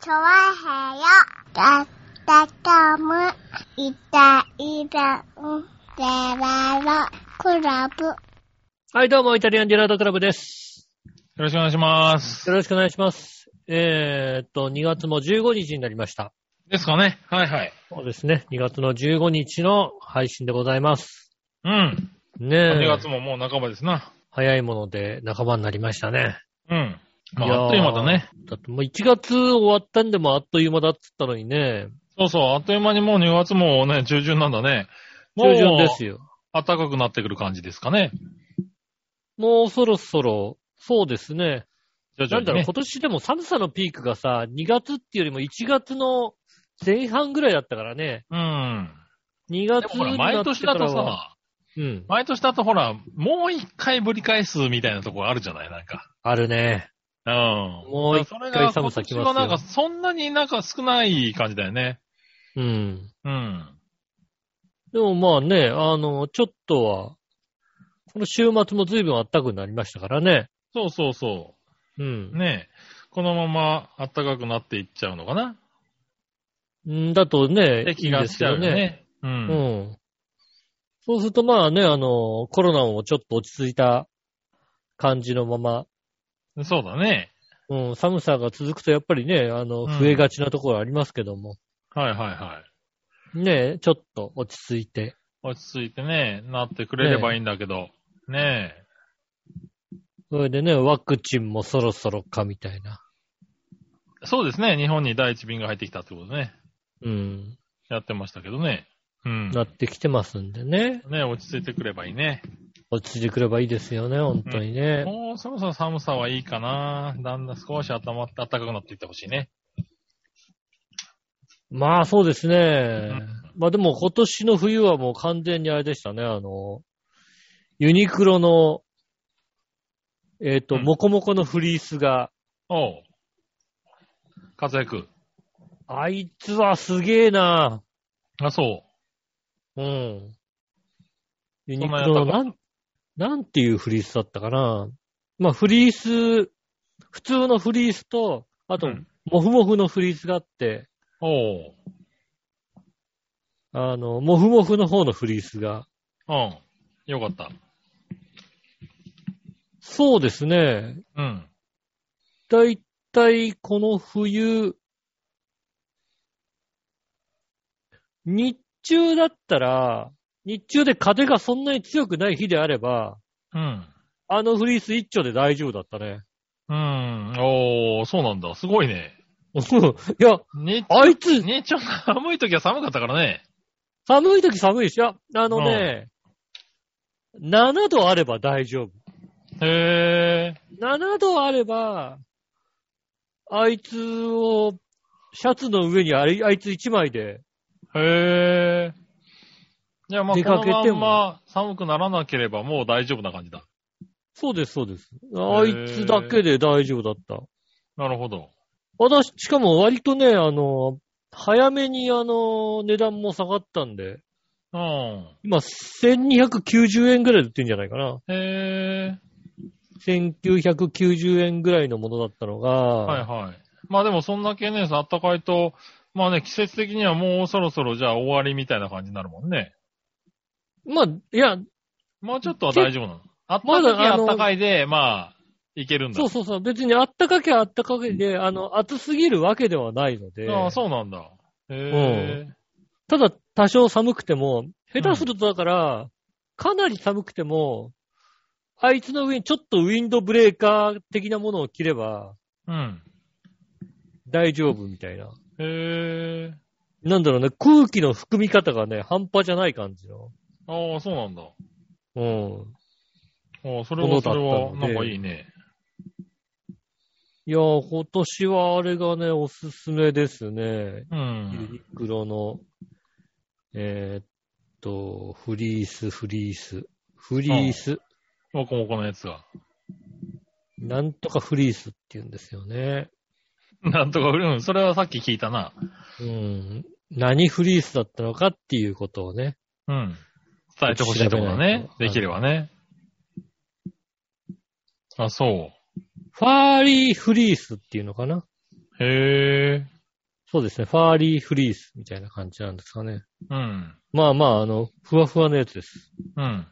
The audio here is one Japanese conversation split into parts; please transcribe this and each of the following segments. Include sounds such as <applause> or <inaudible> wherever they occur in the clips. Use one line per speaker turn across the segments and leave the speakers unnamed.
チョワヘヨだったかむいたいたんでららクラブ
はい、どうも、イタリアンディラードクラブです。
よろしくお願いします。
よろしくお願いします。えー、っと、2月も15日になりました。
ですかね。はいはい。
そうですね。2月の15日の配信でございます。
うん。
ねえ。
2月ももう半ばですな。
早いもので半ばになりましたね。
うん。ま
いやー
あ、あっという間だね。
だってもう1月終わったんでもあっという間だっつったのにね。
そうそう、あっという間にもう2月もね、中旬なんだね。もう
中旬ですよ。
暖かくなってくる感じですかね。
もうそろそろ、そうですね。
徐
な
々
ん
に
だろう、
ね。
今年でも寒さのピークがさ、2月っていうよりも1月の前半ぐらいだったからね。
うん。
2
で
月
も
に
ほ
なってからは
ら、毎年だとさ、
うん。
毎年だとほら、もう一回ぶり返すみたいなとこあるじゃないなんか。
あるね。
うん。
もう一
それ
回
が
寒
今
さ来
年
ますよ
はなんか、そんなになんか少ない感じだよね。
うん。
うん。
でもまあね、あの、ちょっとは、この週末も随分暖かくなりましたからね。
そうそうそう。
うん。
ねえ、このまま暖かくなっていっちゃうのかな
うんだとね、
って気がしちゃうよ
いいですよね。
ね。う。
うんん。そうするとまあね、あの、コロナもちょっと落ち着いた感じのまま、
そうだね。
うん、寒さが続くとやっぱりね、あの、
うん
増えがちなところありますけども、
はいはいはい。
ね、ちょっと落ち着いて。
落ち着いてね、なってくれればいいんだけど。ねえ。
それでね、ワクチンもそろそろかみたいな。
そうですね。日本に第一便が入ってきたってことでね。
うん。
やってましたけどね。うん。
なってきてますんでね。
ねえ落ち着いてくればいいね。
落ち着いてくればいいですよね、本当にね。
もうそろそろ寒さはいいかな。だんだん少し頭って暖かくなっていってほしいね。
まあそうですね。
ん
まあでも今年の冬はもう完全にあれでしたね。あの、ユニクロの、えっ、と、
うん
モコモコのフリースが、
おう。活躍。
あいつはすげえな。
あ、そう。
うん。ユニ
そん
ク
なやつ
ロのなん、なんていうフリースだったかな。まあフリース、普通のフリースと、あと
うん、
モフモフのフリースがあって、
おう。
あの、モフモフの方のフリースが、
うん。よかった。
そうですね。
うん。
だいたいこの冬、日中だったら、日中で風がそんなに強くない日であれば、
うん。
あのフリース一丁で大丈夫だったね。 <laughs>
うん。おー、そうなんだ。すごいね。
いや、
日
あいつ、
日中寒い時は寒かったからね。
寒い時寒いし、いや、あのね、7度あれば大丈夫。
へ
7度あれば、あいつを、シャツの上にあれあいつ1枚で、
ー。へー。じゃあまあ、
出
こ
かけても
のまんま寒くならなければもう大丈夫な感じだ。
そうです、そうです。あいつだけで大丈夫だった。
なるほど。
私、しかも割とね、あの、早めにあの、値段も下がったんで、
うん。
今、1290円ぐらいで売ってんじゃないかな。
へ
1990円ぐらいのものだったのが、
ー。はいはい。まあでもそんだけね、あったかいと、まあね、季節的にはもうそろそろじゃあ終わりみたいな感じになるもんね。
まあ、いや、
もうちょっとは大丈夫なの。あった
ま
かい
だあ
は
の
あったかいで、まあ、いけるんだ。
そうそうそう、別にあったかきゃあったかきで、あの、暑すぎるわけではないので、
ああ、そうなんだ。へ
ただ多少寒くても、下手するとだから、かなり寒くても、あいつの上にちょっとウィンドブレーカー的なものを着れば
ー。うん。
大丈夫みたいな。
へー。
なんだろうね、空気の含み方がね、半端じゃない感じの。
ああ、そうなんだ。
うん。
ああ、それ
もの
は、
だ
そ
った
れ
の
は、
で
なんかいいね。
いやー、今年はあれがね、おすすめですね。
う
ユニ
ん。
クロの、えーっと、フリース、フリース、フリース、
もこもこのやつが。
なんとかフリースって言うんですよね。
<laughs> なんとか、うん、それはさっき聞いたな。
うん。何フリースだったのかっていうことをね。
うん。伝えてほしいところだね。できればね。あ、そ
ファーリーフリースっていうのかな
う。へえ。
そうですね。ファーリーフリースみたいな感じなんですかね。
うん。
まあまあ、あの、ふわふわのやつです。
うん。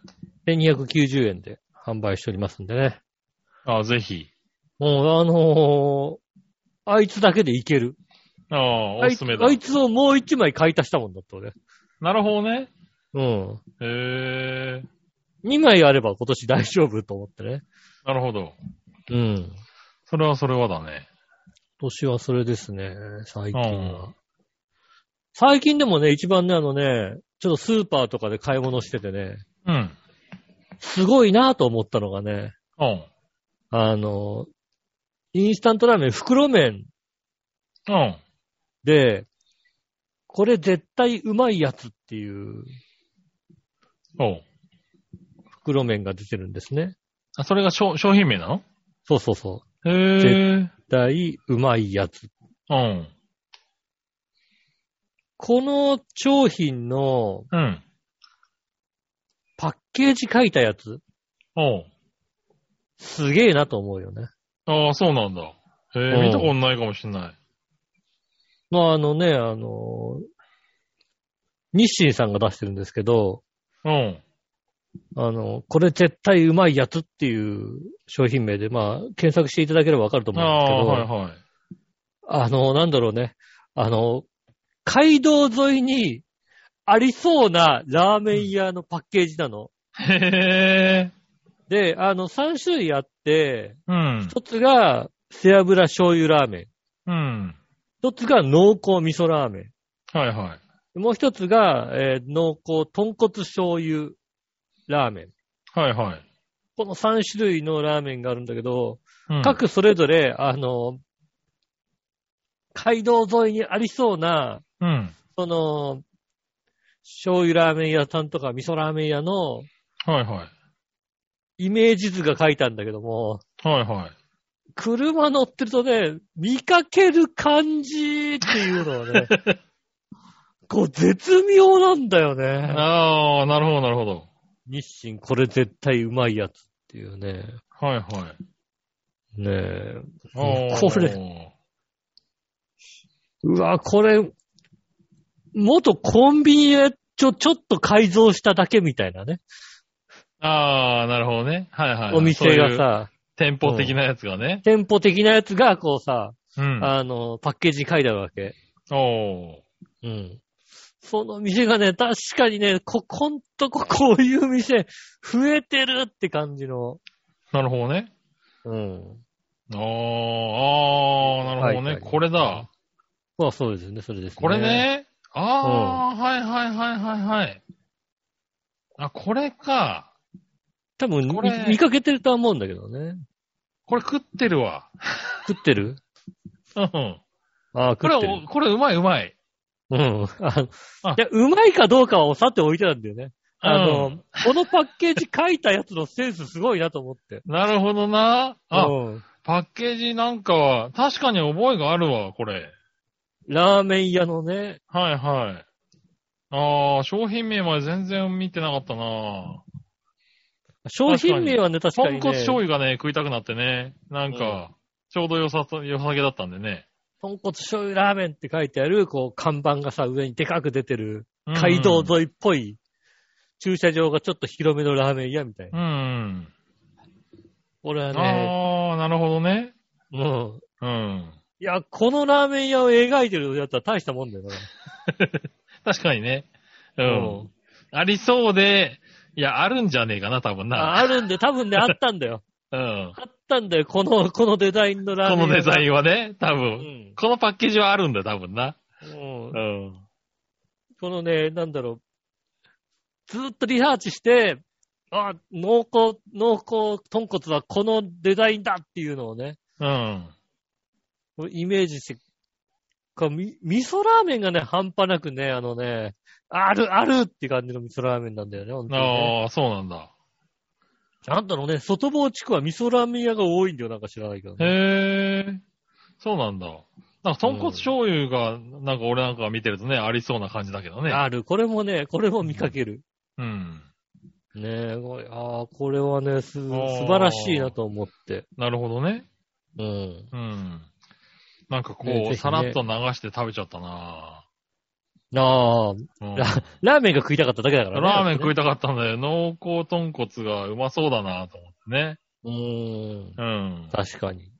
1290円で販売しておりますんでね。
あ、ぜひ。
もう、あのーあいつだけでいける。
ああ、
あ
お
い
す
つ
すめだ
あ。いつをもう一枚買い足したもんだった俺。
なるほどね。
うん。
へえ。
2枚あれば今年大丈夫と思ってね。
なるほど。
うん。今
それはそれはだね。
年はそれですね、最近
う
は。最近でもね、一番ね、あのね、ちょっとスーパーとかで買い物しててね、
うん。
すごいなぁと思ったのがね、
うん。
あの、インスタントラーメン袋麺
うん。
で、これ絶対うまいやつっていう
おう
袋麺が出てるんですね。
あ、それが商商品名なの
そうそうそう。
へえ。
絶対うまいやつ。
うん。
この商品の
うん。
パッケージ書いたやつ、
おう
すげえなと思うよね。
ああ、そうなんだ。へ
う
え、
ん
見たことないかもしんない。
まあ、あのね、あの、日清さんが出してるんですけど、
うん。
あの、これ絶対うまいやつっていう商品名で、まあ、検索していただければわかると思
あ
うんですけ
あ、
ど、
はいはい。
あの、なんだろうね。あの、街道沿いにありそうなラーメン屋のパッケージなの。
へえ。
で、あの、3種類あって、
うん。
一つが背脂醤油ラーメン。
うん。
一つが濃厚味噌ラーメ
はいはい。
ン。もう一つが、えー濃厚豚骨醤油ラーメン。
はいはい。
この3種類のラーメンがあるんだけど、
うん、
各それぞれ、あの、街道沿いにありそうな、
うん。
その、醤油ラーメン屋さんとか味噌ラーメン屋の
はいはい。
イメージ図が書いたんだけども、
はいはい。
車乗ってるとね、見かける感じっていうのは
<laughs>
ね、こう絶妙なんだよね。
ああ、なるほどなるほど。
日清これ絶対うまいやつっていうね。
はいはい。
ねえ。
ああ
これ。うわ、これ、元コンビニでちょ、ちょっと改造しただけみたいなね。
ああ、なるほどね。はいはいはい。
お店が
そういう
さ、
店舗的なやつがね。
店舗的なやつがこうさ、
うん。
あの、パッケージに書いてあるわけ。
おー。
うん。その店がね、確かにね、こ、こんとここういう店、増えてるって感じの。
なるほどね。
うん。
あーあー、なるほど
はいは
ね。
い
これだ。
まあそうですね、それですね。
これ。ね。ああ、はいはいはいはいはい。あ、これか。
多分
こ
見
れ、
見かけてるとは思うんだけどね。
これ食ってるわ。
食ってる
うん。
ああ、食
これ
っ
は
てる。
お、これうまいうまい。
うん。あ
あ
いや、うまいかどうかはさておいてなんだよね。あの、
うん
このパッケージ書いたやつのセンスすごいなと思って。
なるほどな。あ、
うん
パッケージなんかは、確かに覚えがあるわ、これ。
ラーメン屋のね、
はいはい。ああ、商品名まで全然見てなかったな。
商品名はね、確かに、
豚
ね。
骨醤油がね、食いたくなってね。なんか、ちょうど良さそ、良さげだったんでね。
豚骨醤油ラーメンって書いてある、こう、看板がさ、上にでかく出てる、
うん
街道沿いっぽい、駐車場がちょっと広めのラーメン屋みたいな。
うん。
これはね、
ああ、なるほどね。
うん。
うん。
いや、このラーメン屋を描いてるやつは大したもんだよな。
確かにね。う。
うん
ありそうで、いや、あるんじゃねえかな、多分
あ
な。
あるんで、多分ね、あったんだよ。
うん。
あったんだよ、この、 <laughs> このデザインのラー
こ
メン
の
屋
デザイ
ン。
ンはね、多
う
分。
ん。
このパッケージはあるんだよ、多分な。
うん
うん。
このね、なんだろう。ずーっとリサーチして、あ、濃厚、濃厚豚骨はこのデザインだっていうのをね、
うん。
イメージして、かみ味噌ラーメンがね、半端なくね、あのね、ある、あるって感じの味噌ラーメンなんだよね、本当にね、
ああ、そうなんだ。
なんだろうね、外房地区は味噌ラーメン屋が多いんだよ、なんか知らないけどね。
へえ、そうなんだ。なんか、豚骨醤油が、なんか俺なんかが見てるとね、ありそうな感じだけどね。
ある。これもね、これも見かける。
うん。
ねえ、これああ、これはね、す、素
ー
晴らしいなと思って。
なるほどね。
うん。
うん。なんかこう、
ねぜひね
さらっと流して食べちゃったな
なあ、
うん
ララーメンが食いたかっただけだからね。
ラーメン食い
い
たかったんだよ。濃厚豚骨がうまそうだなと思ってね。
うーん。
うん。
確かに。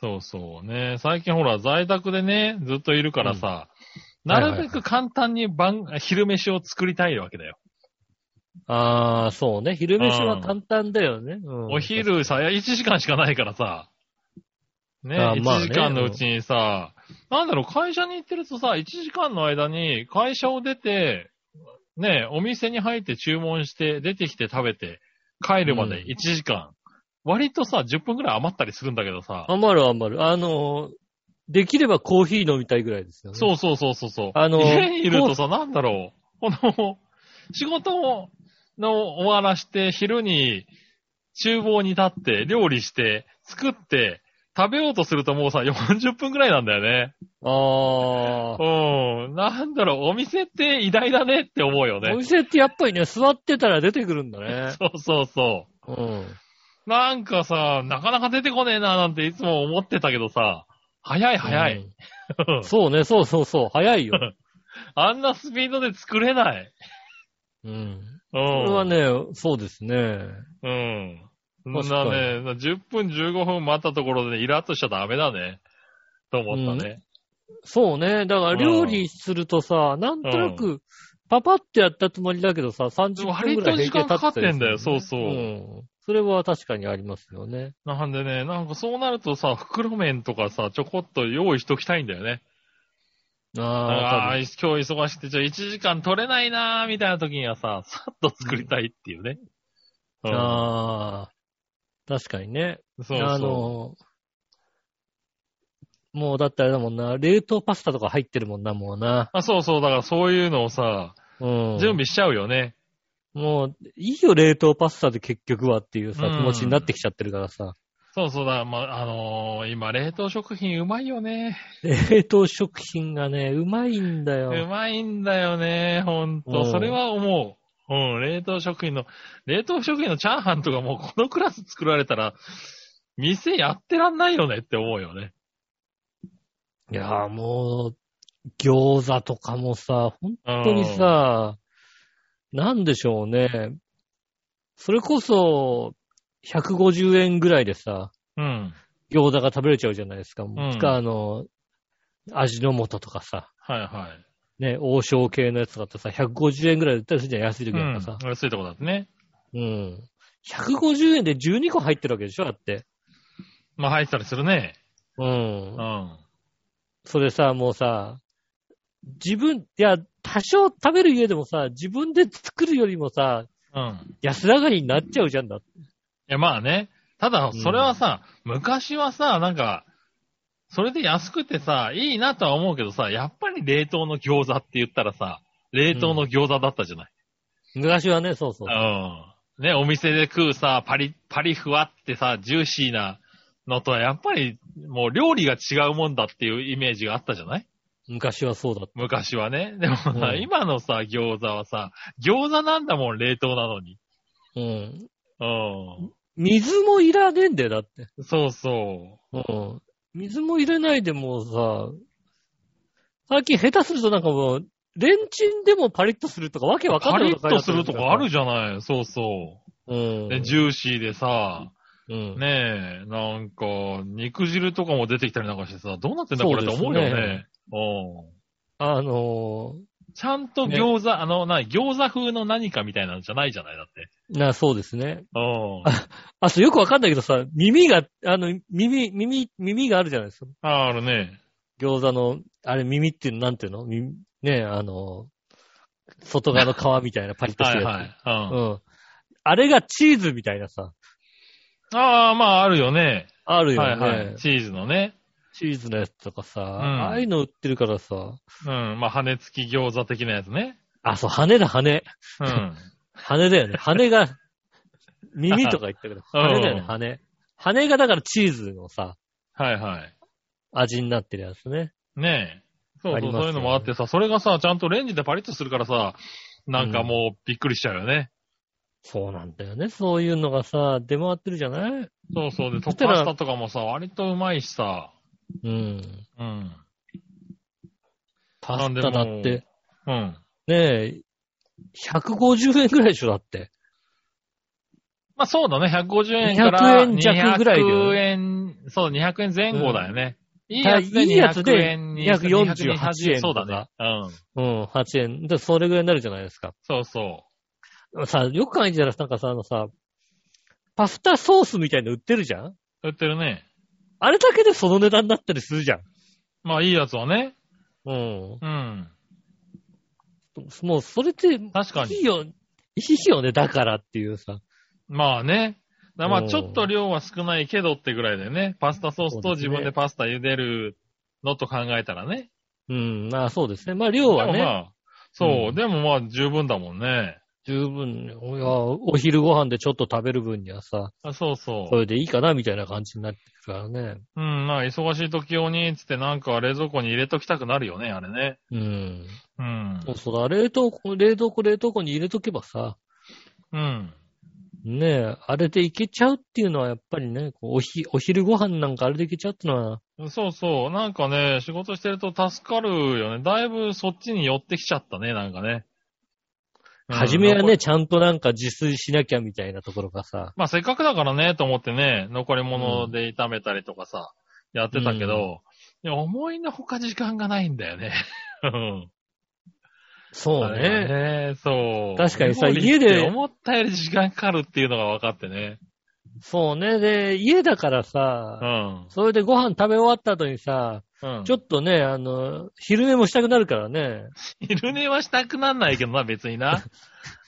そうそうね。最近ほら、在宅でね、ずっといるからさ、
うん
なるべく簡単に晩、昼飯を作りたいわけだよ。
ああ、そうね。昼飯は簡単だよね。うん
お昼さ、1時間しかないからさ、ね、
あまあね
1時間のうちにさ、なんだろう、会社に行ってるとさ、1時間の間に会社を出て、ね、お店に入って注文して、出てきて食べて、帰るまで
うん
1時間。割とさ、10分くらい余ったりするんだけどさ、
余る余る。あのー、できればコーヒー飲みたいぐらいですよね。
そうそうそうそうそう。
あの
家にいるとさ、なんだろう。この、仕事をの終わらして、昼に厨房に立って、料理して、作って、食べようとするともうさ、40分くらいなんだよね。
ああ。
うん。なんだろう、お店って偉大だねって思うよ
お
ね。
店ってやっぱりね、座ってたら出てくるんだね。
そうそうそ
うん。
う。なんかさ、なかなか出てこねえななんていつも思ってたけどさ、早い早い。
うん、
<laughs>
そうね、そうそうそう。早いよ。
あんなスピードで作れない。
うん。
うん。
これはね、そうですね。
うん。そん
確
な
かに
ね、10分15分待ったところでイラッとしちゃダメだね。と思ったね。
そうね。だから料理するとさ、なんとなく、パパってやったつもりだけどさ、30分
割
ぐら
と
い
時間かかってんだ
平
よ、そう
気で経
そうう、
うん。それは確かにありますよね。
なんでね、なんかそうなるとさ、袋麺とかさ、ちょこっと用意しときたいんだよね。あ
あ
あ
あ、
ー、今日忙しくて、じゃあ1時間取れないなーみたいな時にはさ、さっと作りたいっていうね。うん
ああ、確かにね。
そうそう。
あの、もうだってあれだもんな、冷凍パスタとか入ってるもんな、もうな。
あそうそう、だからそういうのをさ、
うん。
準備しちゃうよね。
もう、いいよ、冷凍パスタで結局はっていうさ、
うん
気持ちになってきちゃってるからさ。
そうそうだから、まあ、あのー今、冷凍食品うまいよね。
冷凍食品がね、うまいんだ
う
よ。
まいんだよね、ほん
う
と。
ん
それは思う。うん、冷凍食品の、冷凍食品のチャーハンとかもうこのクラス作られたら、店やってらんないよねって思うよね。
いやー、もう、餃子とかもさ、本
本
当に、さ、なんでしょうね。それこそ、150円ぐらいでさ、
うん。
餃子が食べれちゃうじゃないですか。
ん
つか、あの、味の素とかさ、
はいはい。
ね、王将系のやつとかってさ、150円ぐらいで売ったりするじゃん、安い時
う
やっぱ
ん
さ。、
安いとこだってね。
うん。150円で12個入ってるわけでしょだって。
まあ入ってたりするね。
う。
うんん。
それさ、もうさ、自分、いや、多少食べる家でもさ、自分で作るよりもさ、
うん。
安上がりになっちゃうじゃんだって。
いやまあね。ただ、それはさ、昔はさ、なんか、それで安くてさ、いいなとは思うけどさ、やっぱり冷凍の餃子って言ったらさ、冷凍の餃子だったじゃない。
昔はね、そうそう。
うん。ね、お店で食うさ、パリ、パリふわってさ、ジューシーなのとはやっぱりもう料理が違うもんだっていうイメージがあったじゃない
昔はそうだった。
昔はね。でもさ、
うん
今のさ、餃子はさ、餃子なんだもん、冷凍なのに。
うん。
う
水もいらねえんだよ、だって。
ん。そうそ
うん。水も入れないでもうさ、最近下手するとなんかもう、レンチンでもパリッとするとかわけ
う。
わかん
カ
ない
リ
こ
ッとするとこあるじゃない。そうそ
うん
う。。で、ジューシーでさ、
うん。
ねえ、なんか、肉汁とかも出てきたりなんかしてさ、どうなってんだこれって思うよ
そうです
ね
ね。
うん。
あの
ちゃんと
ね
餃子、あの、な、餃子風の何かみたいなのじゃないじゃないだって。
ーな、そうですね。
うん。
あ、そう、よくわかんないけどさ、耳が、あの、耳、耳、耳があるじゃないですか。
ああるね。
餃子の、あれ、耳っていうの、なんていうの耳ね、あの、外側の皮みたい
<laughs>
なパリッとし
は
た
い
やつ。
はい。うん。
うん。あれがチーズみたいなさ、
ああ、まああるよね。
あるよ
は
ね。
いはい。チーズのね。
チーズのやつとかさ、ああいうの売ってるからさ、
うん。まあ、羽根付き餃子的なやつね。
あ、そう、羽だ、羽。 <laughs>
うん。
羽だよね。羽
<laughs>
が、耳とか言ったけど、羽だよね、
うん
羽。羽がだからチーズのさ、
はいはい。
味になってるやつね。
ねえ。そう
あ
そう、
り
そ
ますよね
ういうのもあってさ、それがさ、ちゃんとレンジでパリッとするからさ、なんかもうびっくりしちゃうよね。
そうなんだよね。そういうのがさ、出回ってるじゃない
そうそう。で、
そ
溶
した
からしたとかもさ、割とうまいしさ。
うん。
うん。
パスタだ
なん
っ
でも
て、
うん。
ねえ、150円ぐらいでしょ、だって。
まあそうだね、150円か
200
ら
円弱ぐらいだよ
200円、そう、200円前後だよね。いいやつで
いいやつ
200
で
円に
248円
そう
と
だね
か。
うん。
うん、8円。で、それぐらいになるじゃないですか。
そうそ
さ、よく考えてたら、なんかさ、あのさ、パスタソースみたいの売ってるじゃん
う。売ってるね。
あれだけでその値段になったりするじゃん。
まあいいやつはね。
うん。
うん。
もう、それって、
確か
い
に。
いよ、いいよね、だからっていうさ。
まあね。だま
う
あ
ん
ちょっと量は少ないけどってぐらいだよね。パスタソースと自分でパスタ茹でるのと考えたらね。
うん、まあそうですね。まあ量は
でもま
ね、
あ、そう、
うん
でもまあ十分だもんね。
十分、いや、お昼ご飯でちょっと食べる分にはさ、
あそうそ。
そうれでいいかな、みたいな感じになってくからね。
うん、まあ忙しい時用に、つってなんか冷蔵庫に入れときたくなるよね、あれね。
うん。
うん。
そうそうだ、冷凍庫、冷凍庫、冷凍庫に入れとけばさ、
うん。
ねえ、あれでいけちゃうっていうのはやっぱりね、こうおひ、お昼ご飯なんかあれでいけちゃうってのは、
そうそう。なんかね、仕事してると助かるよね。だいぶそっちに寄ってきちゃったね、なんかね。うん
初めは
残
ね、
り
ちゃんとなんか自炊しなきゃみたいなところがさ、
まあせっかくだからね、と思ってね、残り物で炒めたりとかさ、やってたけど、いや思いのほか時間がないんだよ
<laughs>
ね。うん
そうね。
ね。そう。
確かにさ
料理って
家で
思ったより時間かかるっていうのが分かってね。
そうね。で、家だから
う
さ、
ん。
それでご飯食べ終わった後にさ、
うん。
ちょっとね、あの、昼寝もしたくなるからね。
昼寝はしたくなんないけどな、別
<laughs>
にな。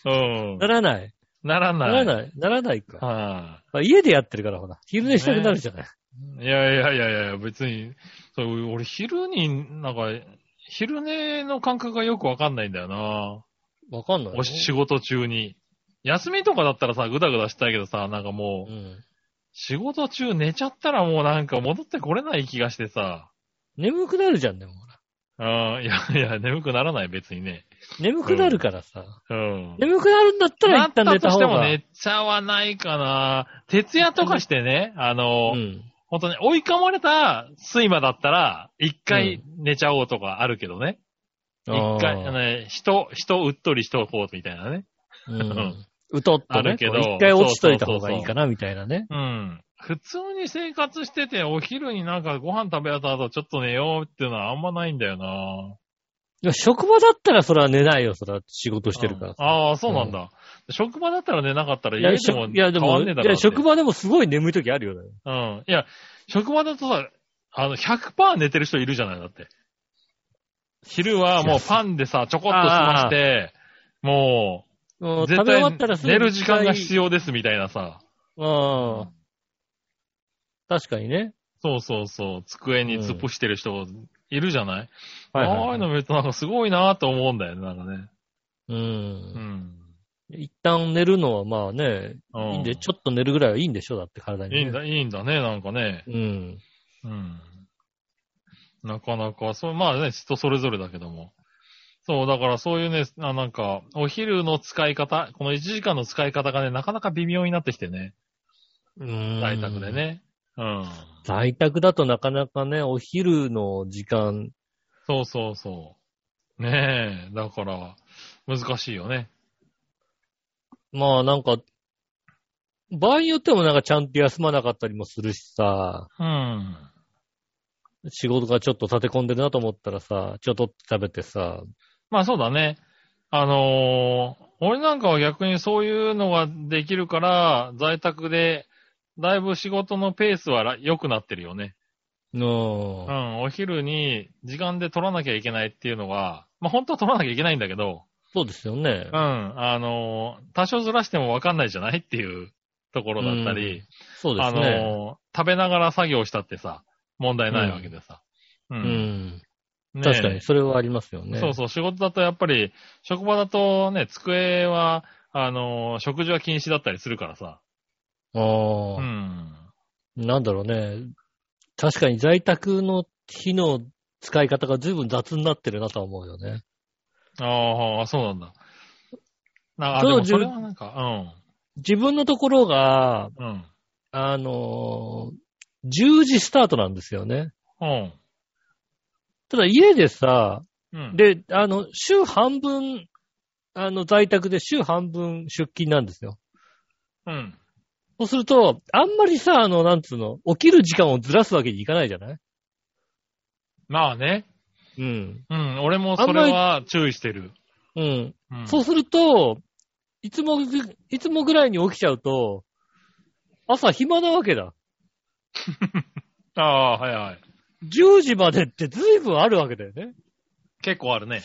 うん
な。らない。
ならな。
ないら
い。
ない。ならないか。
は
まあ家でやってるから、ほら。昼寝したくなるじゃない。
い。いやいやいやいや、別に、そう、俺昼に、なんか、昼寝の感覚がよくわかんないんだよな。
わかんないよ。
お仕事中に。休みとかだったらさ、ぐだぐだしたいけどさ、なんかも
う
う、
ん。
仕事中寝ちゃったらもうなんか戻ってこれない気がしてさ。
眠くなるじゃん、でもほら。
うん、いやいや、眠くならない、別にね。
眠くなるからさ。
うん。
眠くなるんだったら
な
一
っ
旦
た
寝た
とし
方
ても
が。
寝ちゃわないかな。徹夜とかしてね、あの、
うん。
本当に追い込まれた睡魔だったら、一回寝ちゃおうとかあるけどね。一、回、あのね、人、人うっとりしておこうみたいなね。
う
うん <laughs>
ん。うとっと
あ
ね、
るけど
こう一回落ちといた方がいいかな、みたいなね。
うん。普通に生活してて、お昼になんかご飯食べた後ちょっと寝ようっていうのはあんまないんだよな。
いや職場だったらそれは寝ないよ、それは仕事してるからさ。
ああ、そうなんだ、職場だったら寝なかったら
いや
家でも
職いや、で
変わ
も、
んねえ
い
だろう
や、
って
職場でもすごい眠い時あるよね。
うん。いや、職場だとさ、あの、100%寝てる人いるじゃない、だって。昼はもうパンでさ、ちょこっと済まして、も
も
う、
う食
絶
べ終わった
対
らすぐ
寝る時間が必要ですみたいなさ。
要。うん。確かにね。
そうそうそう、机に突っ伏してる人いるじゃない、
はいはい
ああ
いうはい。
の見るとなんかすごいなと思うんだよね、なんかね。
う。
うんん。
一旦寝るのはまあね、
うん
いいんで、ちょっと寝るぐらいはいいんでしょ、だって体にね。
いいんだ、いいんだね、なんかね。
うん。
うん。なかなか、そう、まあね、人それぞれだけども。そう、だからそういうね、あなんか、お昼の使い方、この1時間の使い方がね、なかなか微妙になってきてね、
うん。
在宅で。ね。うん。
在宅だとなかなかね、お昼の時間、
そうそうそう。ねえ、だから、難しいよね。
まあなんか、場合によってもなんかちゃんと休まなかったりもするしさ、
うん。
仕事がちょっと立て込んでるなと思ったらさ、ちょっと食べてさ、
まあそうだね。あのー俺なんかは逆にそういうのができるから、在宅で、だいぶ仕事のペースはら良くなってるよね。
の
う、ん、お昼に時間で取らなきゃいけないっていうのが、まあ本当は取らなきゃいけないんだけど、
そうですよね
うん、。あのー多少ずらしてもわかんないじゃないっていうところだったり、
そうで
あ
すね。
のー食べながら作業したってさ、問題ないわけでさ。う。
うんん。
ねえ
確かに、それはありますよね。
そうそう、仕事だとやっぱり、職場だとね、机は、あのー食事は禁止だったりするからさ。
あ
う
あ、
ん。
なんだろうね。確かに在宅の日の使い方が随分雑になってるなとは思うよね。
ああ、そうなんだ。なあ、
そ
で
う
も
自
そ
分
れはなんか、
自分のところが、
うん。うん。
あのー10時スタートなんですよね。
あうん。
ただ家でさ、
うん。、
で、あの、週半分、あの、在宅で週半分出勤なんですよ。
うん。
そうすると、あんまりさ、あの、なんつうの、起きる時間をずらすわけにいかないじゃない
まあね。
うん。
うん。俺もそれは注意してる。
うん。
うん、
そうすると、いつもぐ、いつもぐらいに起きちゃうと、朝暇なわけだ。
ああ、はいはい。
10時までって随分あるわけだよね。
結構あるね。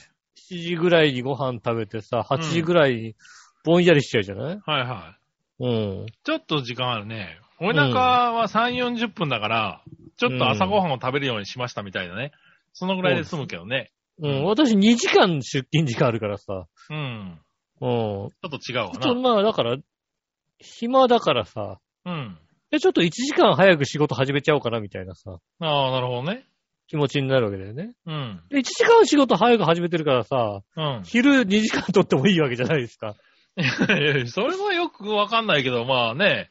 7時ぐらいにご飯食べてさ、8
う
時
ん
ぐらいにぼんやりしちゃうじゃない
はいは
うん。
い。ちょっと時間あるね。お腹は3、40分だから、ちょっと朝ごはんを食べるようにしましたみたいなね。そのぐらいで済むけどね。
うん。私2時間出勤時間あるからさ。
うん。
うん。
ちょっと違う
ちょっと
わ
まあだから、暇だからさ、
な。うん。
でちょっと1時間早く仕事始めちゃおうかなみたいなさ、
ああ、なるほどね。
気持ちになるわけだよね。
うん。
で1時間仕事早く始めてるからさ、
うん。 <laughs>
昼2時間取ってもいいわけじゃないですか。
いやいやそれもよくわかんないけど、まあね。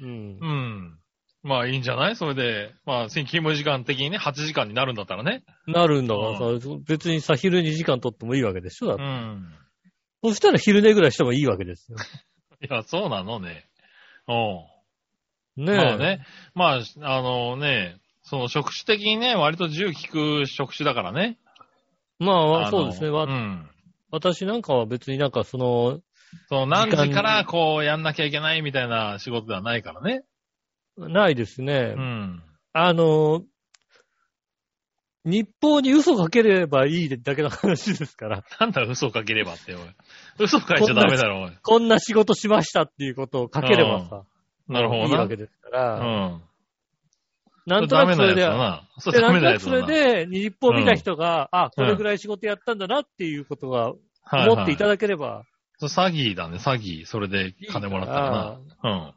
うん
う。ん。まあいいんじゃないそれで、まあ、勤務時間的にね、8時間になるんだったらね。
なるんだからさ、別にさ、昼2時間取ってもいいわけでしょだっ
う
て
ん。
そしたら昼寝ぐらいしてもいいわけですよ。
いや、そうなのね。うん。
ねえ。
まあね。まあ、あのね、その職種的にね、割と自由聞く職種だからね。
まあ
あの
そうですね、わ
うん。
私なんかは別になんかその、
その
時
何時
間
からこうやんなきゃいけないみたいな仕事ではないからね。
ないですね。
うん。
あの、日報に嘘かければいいだけの話です
<laughs>
から、
なんだ嘘かければって、おい。嘘かいちゃダメだろ、おい。
こんな仕事しましたっていうことをかければさ、
なるほどな。
いいわけですから、
うん。
なんとなくそれで、
そ
で
れ
な
ダ
んと
メな
な
や
く
つ
そ
だな。
れで日報見た人が、あ、これぐらい仕事やったんだなっていうことが
はいはい
思っていただければ
そう詐欺だね、詐欺。それ
い
で
い
金もらった
から
な。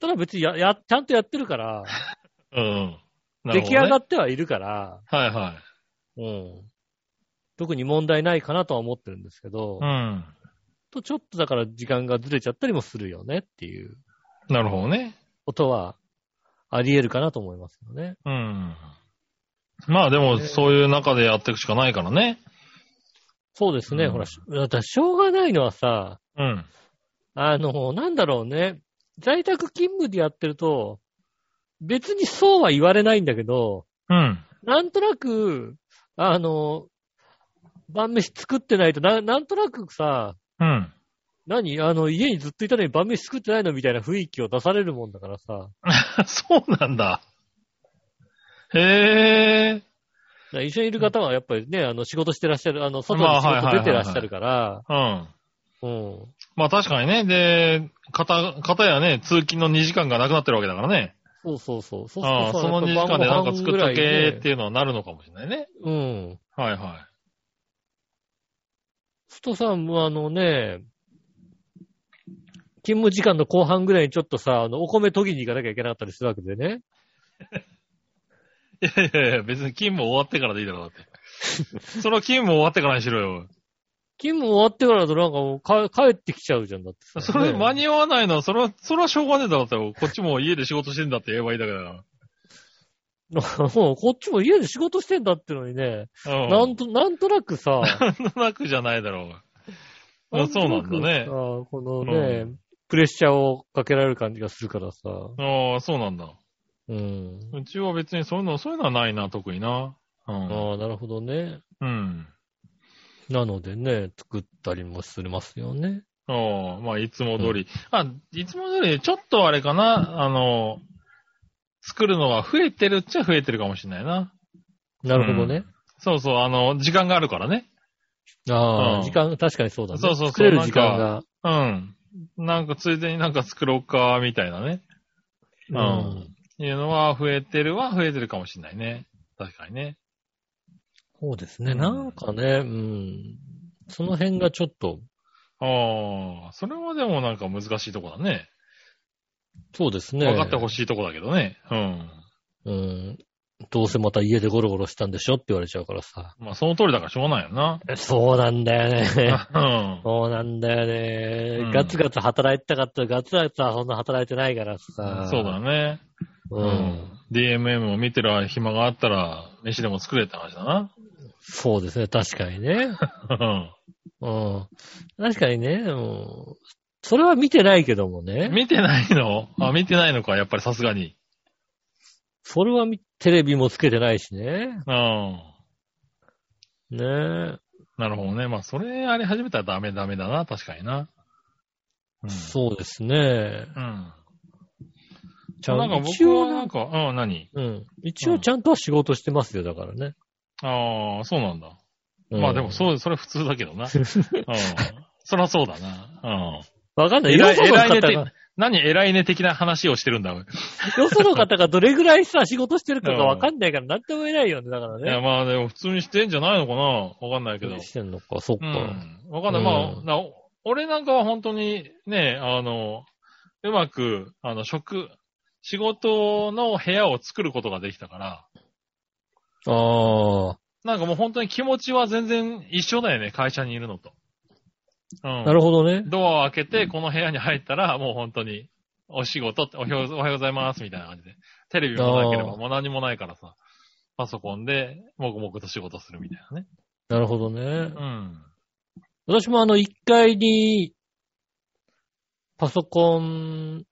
ただ別にや、や、ちゃんとやってるから、
うん。うん。な
出
る
来
ほどね
上がってはいるから、
はいはい。
うん。特に問題ないかなとは思ってるんですけど、
うん。
とちょっとだから時間がずれちゃったりもするよねっていう
なるほどね。
ことはあり得るかなと思いますよね。
うん。まあでも、
ね
そういう中でやっていくしかないからね。
そうですね、
うん
ほら、しだからしょうがないのはさ、
うん。
あの、なんだろうね、在宅勤務でやってると、別にそうは言われないんだけど、
うん。
なんとなく、あの、晩飯作ってないと、ななんとなくさ、
うん。
何あの、家にずっといたのに晩飯作ってないのみたいな雰囲気を出されるもんだからさ。
<laughs> そうなんだ。へえ。
だから一緒にいる方はやっぱりね、あの、仕事してらっしゃる、あの、外
ま
に
あ
仕
はいはい
事
はいは
出て
い
らっしゃるから、
うん。
うん。
まあ確かにね。で、かた、かたやね、通勤の2時間がなくなってるわけだからね。
そうそうそう。そう
ああ、
そう
その2時間でなんか作っとけっ
いう。
ていうのはなるのかもしれないね。
うん。
はいは
ふとさ、もうあのね、勤務時間の後半ぐらいにちょっとさ、あの、お米研ぎに行かなきゃいけなかったりするわけでね。
い。いやいやいや、別に勤務終わってからでいいだろ、だって。 <laughs> それは勤務終わってからにしろよ。
勤務終わってからだとなんかもうか帰ってきちゃうじゃんだってさ
<laughs> それ
ね
間に合わないのは、それは、それはしょうがねえだろ、だって。こっちも家で仕事してんだって言えばいいだけだか
<laughs> もうこっちも家で仕事してんだってのにね、
ら。う
なんと、なんとなく
<laughs>
さ、
なんとなくじゃないだろうが。あそうなんだね
と。なくさこのね、
う
プレッシャーをかけられる感じがするからさ。
ああ、そうなんだ。
うん。
うちは別にそういうの、そういうのはないな、特にな。うん。
ああ、なるほどね。
うん。
なのでね、作ったりもするますよね。
ああ、まあ、いつも通り。あ、いつも通り、ちょっとあれかな、あの、作るのは増えてるっちゃ増えてるかもしれないな。
なるほどね。
そうそう、あの、時間があるからね。
ああ、
うん
時間、確かにそうだね。
そうそうそう
作れる時間が。
うん。なんか、ついでになんか作ろうか、みたいなね。かうんいうのは増えてるは増えてるかもしれないね。確かにね。
そうですね。
うん
なんかね、うん。その辺がちょっと、
ああ、それはでもなんか難しいとこだね。
そうですね。
分かってほ
しい。
しいとこだけどね。うん。
うん。どうせまた家でゴロゴロしたんでしょって言われちゃうからさ。
まあ、その通りだからしょうがないよな。
そうなんだよ <laughs> ね。
<laughs> うん。
そうなんだよね。
うん
ガツガツ働いてたかったらガツガツはそんな働いてないからさ。
そうだね。
う。
うん DMM を見てる暇があったら、飯でも作れって話
<laughs>
だな。
そうですね、確かにね。うん。確かにね、うんそれは見てないけども
うん
ね。
見てないのあ、見てないのか、やっぱりさすがに。
それは見テレビもつけてないしね。
うん。
ねえ。
なるほどね。まあ、それあり始めたらダメダメだな、確かにな。うん。
そうですね。
うん。
ちゃ
なんんか
一
僕
応
はなんか、うん、何
うん。一応ちゃんとは仕事してますよ、だからね。
ああ、そうなんだ。
うん
まあでも、そう、それ普通だ
<laughs>
けどな。うん。そらそうだな。
わかん
う。
なんい。よその
偉いね
方
的
が、
何偉いね的な話をしてるんだ。
よその方がどれぐらいさ、仕事してるかがわかんないから、なんとも言えないよね、だから
い
ね。
や、まあでも普通にしてんじゃないのかなわかんないけど。
してんのか、そっ
う
か。
ん。わかんない。
う
まあ
ん
な、俺なんかは本当にね、あの、うまく、あの、職、仕事の部屋を作ることができたから、
あ
なんかもう本当に気持ちは全然一緒だよね、会社にいるのと。うん。
あ、なるほどね。
ドアを開けて、この部屋に入ったら、もう本当に、お仕事っておひょう、おはようございます、みたいな感じで。テレビもなけれ
あ
ば、
ー
もう何もないからさ、パソコンで、もくもくと仕事するみたいなね。
なるほどね。
うん。
私もあの、1階に、パソコン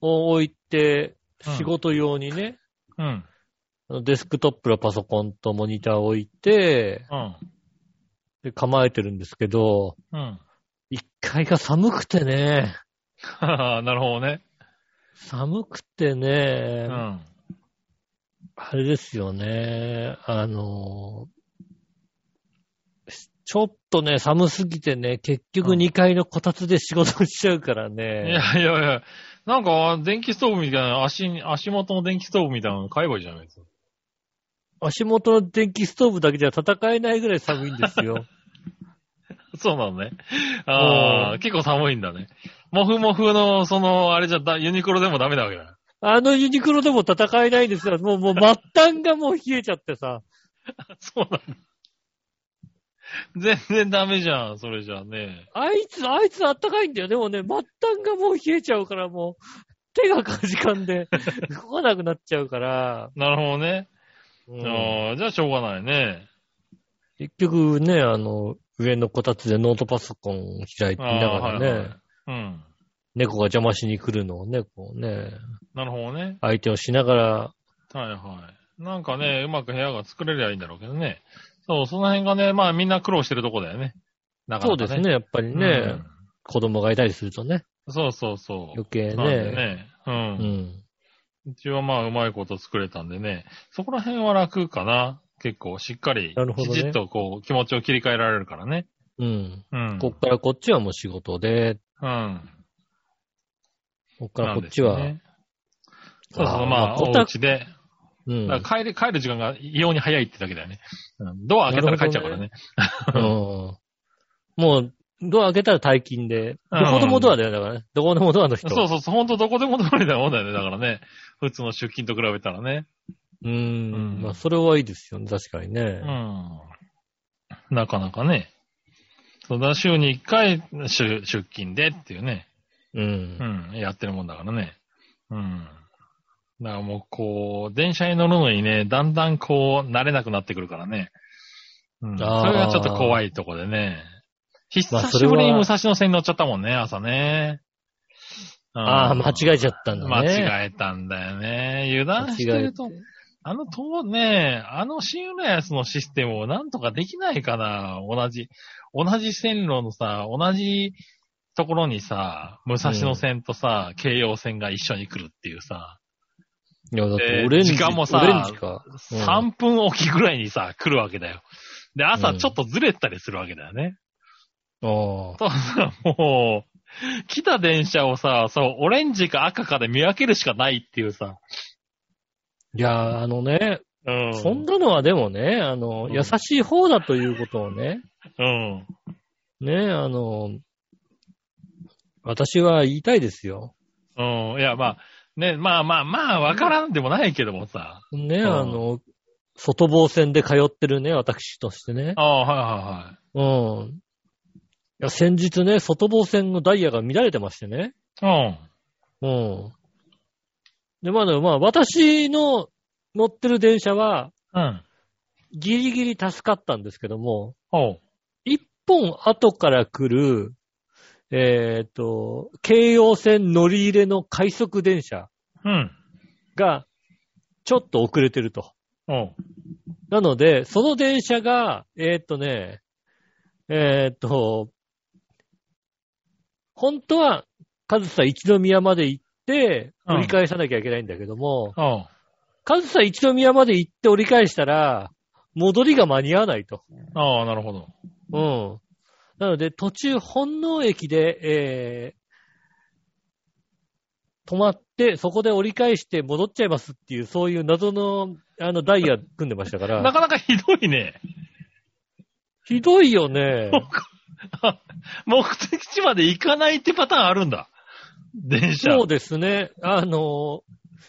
を置いて、
うん
仕事用にね、
うん。
あのデスクトップのパソコンとモニターを置いて、
うん。
で構えてるんですけど、
うん。 <laughs>
1階が寒くてね、
なるほどね。
寒くてね
う、ん。
あれですよね、あの、ちょっとね、寒すぎてね、結局
うん
2階のこたつで仕事しちゃうから
い
ね。
やいやいや、なんか、電気ストーブみたいな、足に、足元の電気ストーブみたいなの買えばいいじゃないですか。
足元の電気ストーブだけじゃ戦えないぐらい寒いんですよ。 <laughs>
そうなのね。あ
う
あ、結構寒いんだね。もふもふの、その、あれじゃだ、ユニクロでもダメだわけだ。
あのユニクロでも戦えないんですよ。もう、もう末端がもう冷えちゃってさ。
<laughs> そうなんだ。全然ダメじゃん、それじゃあね。
あいつ、あいつあったかいんだよ。でもね、末端がもう冷えちゃうからもう、手がかじかんで動かなくなっちゃうから。
なるほどね。
うん
ああじゃあしょうがないね。
結局ね、あの、上のこたつでノートパソコンを開いて
あ
いながら
あ
ね、
はいはいうん。
猫が邪魔しに来るのをね、こうね、
なるほどね。
相手をしながら、
はいはい。なんかね、うまく部屋が作れりゃいいんだろうけどね。そう、その辺がね、まあみんな苦労してるとこだよね。なか
そうで
な
す
か
ね、やっぱりね、
うん
子供がいたりするとね、
そうそうそう。
余計
なんで
ね
ね。う。
うんん。
うちはまあうまいこと作れたんでね。そこら辺は楽かな。結構しっかり
なる、ほど
き
ね
ちっとこう気持ちを切り替えられるからね。
うん。
うん。
こっからこっちはもう仕事で、
うん。
こっからこっちは。
なんですねそう
あ
そ
ー
う、まあ、
こ
お
た
家で。
うん。
だから帰る、帰る時間が異様に早いってだけだよね。うんドア開けたら帰っちゃうからね。
うんもう、ドア開けたら大金で、
う
ど
ん
こでもドアだよ、だからね。どこでもドアの人。
そうそうそう、ほんとどこでも通りだもんだよね。だからね。普通の出勤と比べたらね。
う。ん
う。ん
まあ、それはいいですよね、確かに
う
ね。
ん。なかなかね。そうだ、週に1回出出勤でっていうね。
うん
う。ん、やってるもんだからね。うん。だからもうこう、電車に乗るのにね、だんだんこう、慣れなくなってくるからね。うん。それ
あー
がちょっと怖いとこでね。久
まあそ
し
れは
ぶりに武蔵野線に乗っちゃったもんね、朝ね。
ああ、間違えちゃ
っ
ったんだね。え。
間違えたんだよね。油断してると、あの、と、ね、あの新浦安のシステムをなんとかできないかな。同じ、同じ線路のさ、同じところにさ、武蔵野線とさ、京葉線が一緒に来るっていうさ、
いや、だって
で
オレンジ、
時間もさ
オレンジか。うん
3分おきぐらいにさ、来るわけだよ。で、朝
うん
ちょっとずれたりするわけだよね。
ああ。
そうさ、もう、来た電車をさ、そう、オレンジか赤かで見分けるしかないっていうさ。
いや、あのね、
うん。
そんなのはでもね、あの、
うん
優しい方だということをね、
うん。
ね、あの、私は言いたいですよ。
うん。いや、まあ、ね、まあまあまあ、わからんでもないけどもさ。
ね、
うん
あの、外房線で通ってるね、私としてね。
ああ、はいはいはい。
うん。いや、先日ね、外房線のダイヤが乱れてましてね。
うん。
うん。で、まだ、まあ、私の乗ってる電車は、
うん。
ギリギリ助かったんですけども、
おう。
一本後から来る、えっ、と、京葉線乗り入れの快速電車
うん。
が、ちょっと遅れてると。
おう。
なので、その電車が、えーっとね、えーっと、本当は、上総一宮まで行って、
うん
折り返さなきゃいけないんだけども、
おう。
上総一宮まで行って折り返したら、戻りが間に合わないと。
ああ、なるほど。
うん。なので、途中、本能駅で、えー止まって、そこで折り返して戻っちゃいますっていう、そういう謎の、あの、ダイヤ組んでましたから。
<laughs> なかなかひどいね。
ひどいよね。
<laughs> 目的地まで行かないってパターンあるんだ。電車。
そうですね。あの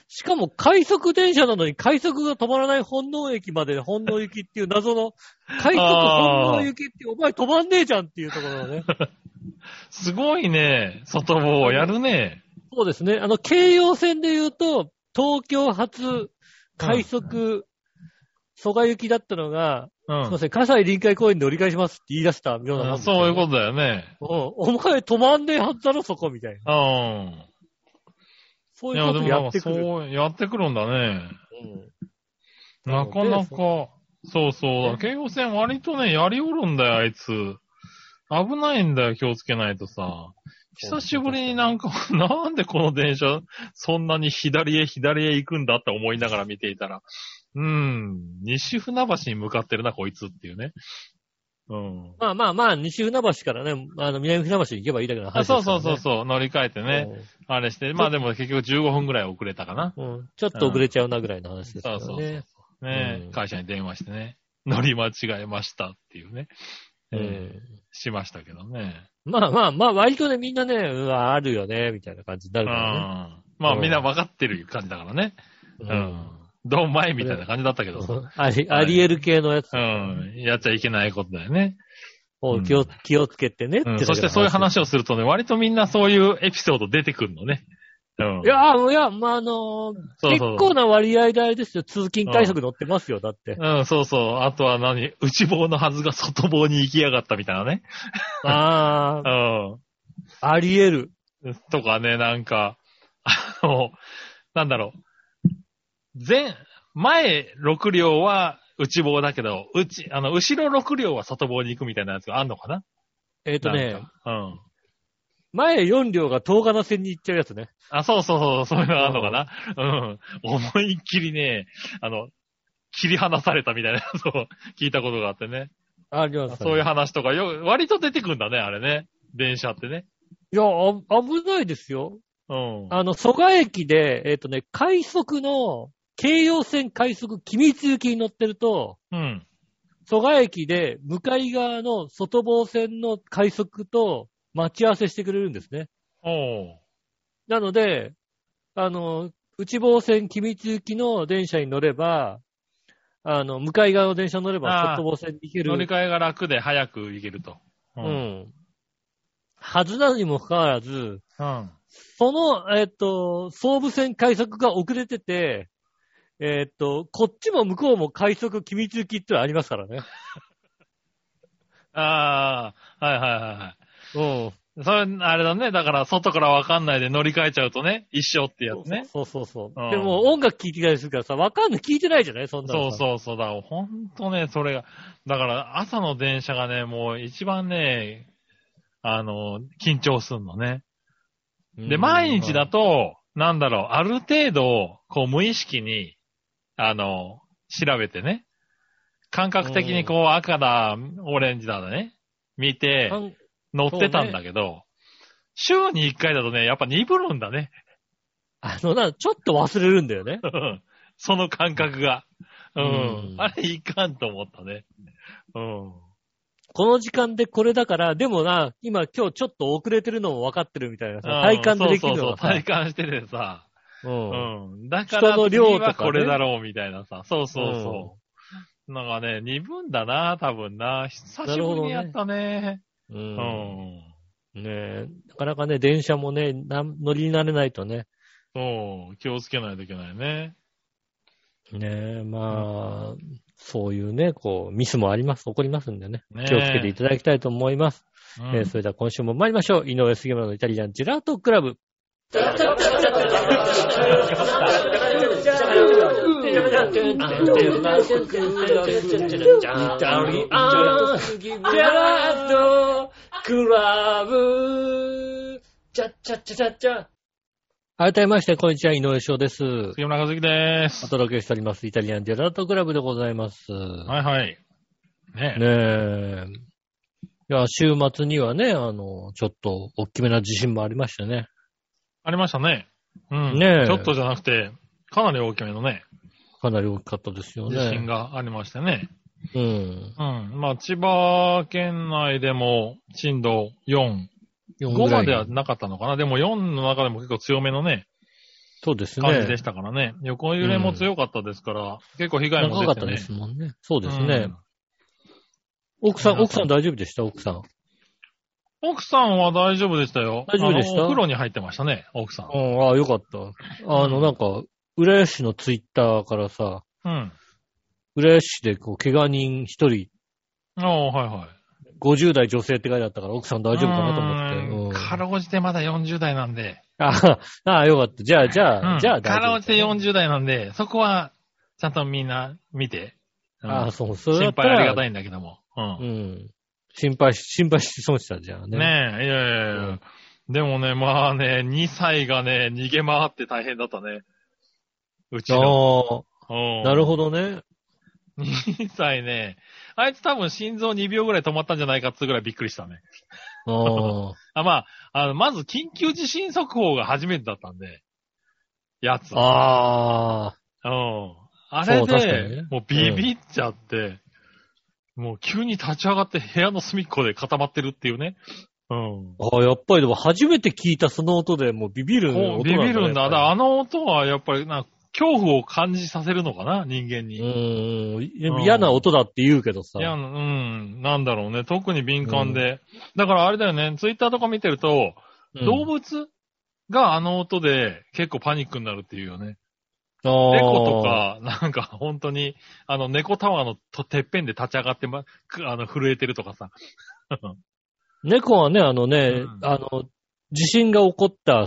しかも快速電車なのに快速が止まらない本能駅まで本能行きっていう謎の、快速本能行きっていうお前止まんねえじゃんっていうところの
<laughs>
ね。
すごいね。外棒をやるね。
そうですね。あの、京葉線で言うと、東京発快速、蘇我行きだったのが、
う
すいま
ん。
せん、葛西臨海公園で折り返しますって言い出したようなもんですよね
そういうことだよね。
うん。お前止まんねえはずだろ、そこみたいな。
うん。
そういうことやってく
いやで
る。
もなんかそう、やってくるんだね。
うん
なかなか、そうそう。京王線割とね、やりおるんだよ、あいつ。危ないんだよ、気をつけないとさ。久しぶりになんか、なんでこの電車、そんなに左へ左へ行くんだって思いながら見ていたら、うーん、西船橋に向かってるな、こいつっていうね。うん。
まあまあまあ、西船橋からね、あの、南船橋に行けばいいだけの
あ
話
そ
で
う
すから
そう
ね、
そうそう、乗り換えてね、あれして、まあでも結局15分ぐらい遅れたかな。
うん。うん。ちょっと遅れちゃうなぐらいの話ですからね。
そうそうそうね、
うん
会社に電話してね、乗り間違えましたっていうね。
うん
えーしましたけどね。
まあまあまあ、割とね、みんなね、うわ、あるよね、みたいな感じにな
う
るからね。
ん。まあみんな分かってる感じだからね。
う
うん。どんまいみたいな感じだったけどさ。
ん。あり、ありえる系のやつ
うん。やっちゃいけないことだよね。
を気を、気をつけてねって
う
だ
ん。
けの
そしてそういう。話をするとね、割とみんなそういうエピソード出てくるのね。うん。
いや、いや、まあ、あのー
そうそう
結構な割合であれですよ。通勤快速乗ってますよ、だって。
うん、そうそう。あとは何内棒のはずが外棒に行きやがったみたいなね。
ああ、ありえる。
うん。とかね、なんか、あの、なんだろう。前、前6両は内棒だけど、うち、あの、後ろ6両は外棒に行くみたいなやつがあんのかな
えっ、と
なん
ね、
かうん。
前4両が東金線に行っちゃうやつね。
あ、そうそうそう、そういうのあんのかなうん。思いっきりね、あの、切り離されたみたいなや <laughs> つを聞いたことがあってね。
あります、
そういう話とかよ、割と出てくんだね、あれね。電車ってね。
いや、あ危ないですよ。
うん。
あの、蘇我駅で、えっ、とね、快速の、京葉線快速、君津行きに乗ってると、
うん。
蘇我駅で、向かい側の外房線の快速と待ち合わせしてくれるんですね。
おう。
なので、あの、内房線君津行きの電車に乗れば、あの、向かい側の電車に乗れば
あー
外房線に行ける。
乗り換えが楽で早く行けると。う
う。ん。はずなのにもかかわらず、
うん。
その、えっ、と、総武線快速が遅れてて、えっ、と、こっちも向こうも快速機密行きってのありますからね。
ああ、はいはいはいは
うん。
い。それ、あれだね。だから、外からわかんないで乗り換えちゃうとね、一緒ってやつね。
そうそうそう。
うん
でも音楽聴いてたりするからさ、わかんない、聴いてないじゃないそんな
そ
の
う
さ。
そうそう。だから、ほんとね、それが。だから、朝の電車がね、もう一番ね、あの、緊張すんのね。
うん
で、毎日だ。と、なんだろう、ある程度、こう、無意識に、あの、調べてね。感覚的にこう、赤だ、オレンジだね。見て、
かん
乗ってたんだけど、週に一回だとね、やっぱ鈍るんだね。
あのな、ちょっと忘れるんだよね。
その感覚が。うん。
うん
あれいかんと思ったね。うん。
この時間でこれだから、でもな、今今日ちょっと遅れてるのもわかってるみたいなさ、体感でできるの
そうそうそう
がさ。
体感しててさ。
う。
うんん。だから、
人の量とかね
次はこれだろうみたいなさ。そうそうそう。なんかね、鈍んだな、多分な。久しぶりにやったね。
う。
うんん。
ねえ、なかなかね、電車もね、なん乗り慣れないとね、
そう、気をつけないといけないね。
ねえ、まあ、そういうね、こう、ミスもあります、起こりますんでね。
ねえ
気をつけていただきたいと思います。
う
えー
ん、
それでは今週も参りましょう。井上杉村のイタリアンジェラートクラブ。改めまして、こんにちは、井上翔です。
杉村和樹です
お。届けしております。イタリアンジェラートクラブでございます。
はいはい。ね
ねえ。いや、週末にはね、あの、ちょっと大きめな地震もありましたね。
ありましたね。うん。
ねえ
ちょっとじゃなくて、かなり大きめのね、
かなり大きかったですよ
地
ね。
震がありましてね。
うん。
うん。まあ、千葉県内でも震度4、
4
5までは
は
なかったのかな。でも4の中でも結構強めのね、
そうですね。
感じでしたからね。横揺れも強かったですから、結構被害も
長
出て
かったで
ね。
すもんね。そうです
う
ね
ん。
奥さん、
なん
奥
か
さん大丈夫でした奥さん。
奥さんは大丈夫でしたよ。
大丈夫でした
あのお風呂に入ってましたね、奥さん
う。ん、ああ、よかった。あの、なんか、浦安市のツイッターからさ、
うん。
浦安市でこう、怪我人一人、
ああ、はいはい。
50代女性って書いてあったから、奥さん大丈夫かなと思
う
っ
ーん
て。
か
うん
ろうじてまだ40代なんで。
ああ、あよかった。じゃあ、じゃ
う
あ、
ん
じゃあ
か
大
ろ
丈
う
夫
じて40代なんで、そこは、ちゃんとみんな見て。うん
ああ、そう、それだ
心
った
配
ら
ありがたいんだけども。うん
うん。心配し、心配しそうしたじゃんね。
ねえ、いやいやいや、
うん
でもね、まあね、2歳がね、逃げ回って大変だったね。うち
あ
の。
あ、なる
ど。
ほどね。
2歳ね。あいつ多分心臓2秒ぐらい止まったんじゃないかっつうぐらいびっくりしたね。
あ
<laughs> あ、まあ、あの、まず緊急地震速報が初めてだったんで、やつ。
あ。ああ。
うん。あれ
そう確か
で、
にね
もうビビっちゃって、もう急に立ち上がって部屋の隅っこで固まってるっていうね。うん。
ああ、やっぱりでも初めて聞いたその音でもうビビる音
こ
な
うん
だ、
ビ
ね、
ビるんだ。だから
やっぱ
あの音はやっぱりな、恐怖を感じさせるのかな、人間
り
に。
う
い
んうん
うん
嫌な音だって言うけどさ。
や、うん、なんだろうね。特に敏感で。だからあれだよね、ツイッターとか見てると、
うん
動物があの音で結構パニックになるっていうよね。
あー
猫とか、なんか本当に、あの猫タワーのとてっぺんで立ち上がって、ま、くあの震えてるとかさ。
猫はね、あのね、
うん
あの、地震が起こった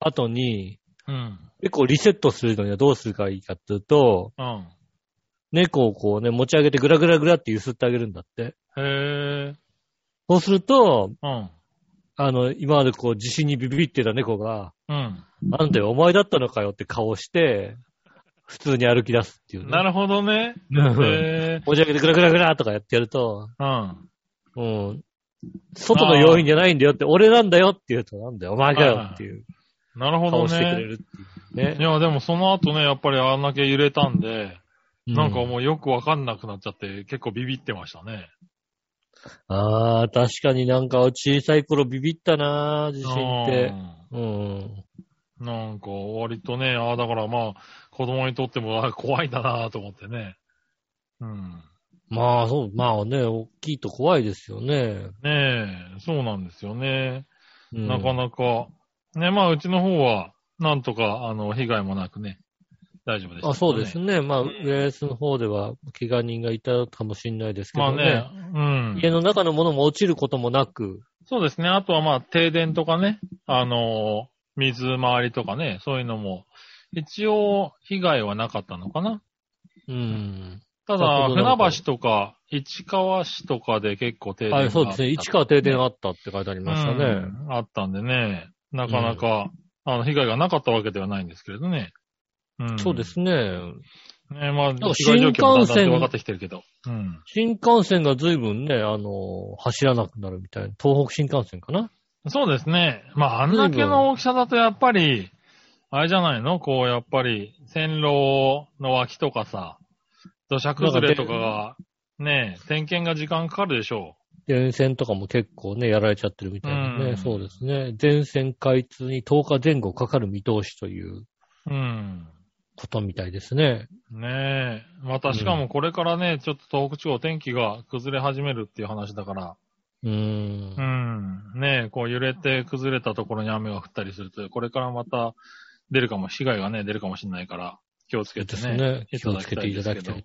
後に、
うん。
結構リセットするのにはどうするかいいかっていうと、
うん。
猫をこうね、持ち上げてグラグラグラって揺すってあげるんだって。
へえ。
そうすると、
うん。
あの、今までこう地震にビビってた猫が、
うん。
なんでお前だったのかよって顔をして、普通に歩き出すっていうね。
なるほどね。
うん
へえ。
持ち上げてグラグラグラとかやってやると、
うん。
うん。外の要因じゃないんだよって、俺なんだよって言うと、なんだよ、お前かよっていう
なるほど
顔してくれ
ね。
るっていうね。
いや、でもその後ね、やっぱりあんだけ揺れたんで、なんか
う。
もうよくわかんなくなっちゃって、結構ビビってましたね。
ああ、確かになんか小さい頃ビビったな地震って。うん。
うん。なんか、割とね、ああ、だからまあ、子供にとってもあー怖いんだなと思ってね。うん。
まあ、そう、まあね、大きいと怖いですよね。
ねえ、そうなんですよね。
うん
なかなか。ね、まあ、うちの方は、なんとか、あの、被害もなくね、大丈夫でした、
あそうですね。
ね。
まあ、浦安の方では、怪我人がいたかもしれないですけ
まあ
ど
ね
ね。、
うん。
家の中のものも落ちることもなく、
そうですね。あとはまあ、停電とかね、あのー水回りとかね、そういうのも、一応、被害はなかったのかな。
うん。
た
先
だ、
ほどな
船
んか
橋とか、市川市とかで結構停電があ
は
った
い、そうですね。市川停電あったって書いてありましたね。
うんあったんでね、なかなか、あの、被害がなかったわけではないんですけれどね。うん
そうですね。
ね、まあ、被
か
害状況
新
もだんだん
幹線
分かってきてるけど。うん。
新幹線が随分ね、あの、走らなくなるみたいな。東北新幹線かな
そうですね。まあ、あんだけの大きさだとやっぱり、あれじゃないのこう、やっぱり、線路の脇とかさ、土砂崩れとかが、ねえ、点検が時間かかるでしょ
電線とかも結構ね、やられちゃってるみたいなね。
うん
そうですね。全線開通に10日前後かかる見通しという
う。うん。
ことみたいですね。
ねえ。またしかもこれからね、ちょっと東北地方天気が崩れ始めるっていう話だから、
うーん
う。ん。ねえ、こう揺れて崩れたところに雨が降ったりすると、これからまた出るかも、被害がね、出るかもしれないから、気をつけ
で
て
す
ね。
ね。気をつけていただきた
い
い。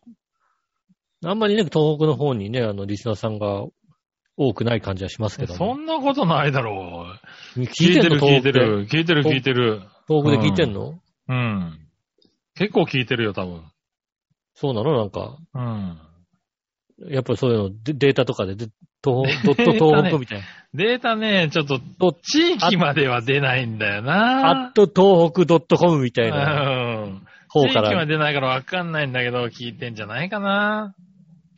あんまりね、東北の方にね、あの、リスナーさんが多くない感じはしますけ
ですけ
ど、ね。
ど。そんなことないだろう。
聞
聞い
い
て
てんの
る、聞い
東北
て。
で
る、聞いてる、聞いてる。
東北で聞いてんの、
うん。結構聞いてるよ、多分。
そうなのなんか、
うん。
やっぱりそういうの、デデータとかで、で東北、ド
<laughs> データ
ット
ね
東北みたいな。
データね、ちょっと、
どっ
地域までは出ないんだよ
アッ
な。
ト東北ドットコムみたいな
うん。
方
地
か
域は
ら
出ないからわかんないんだけど、聞いてんじゃないかな。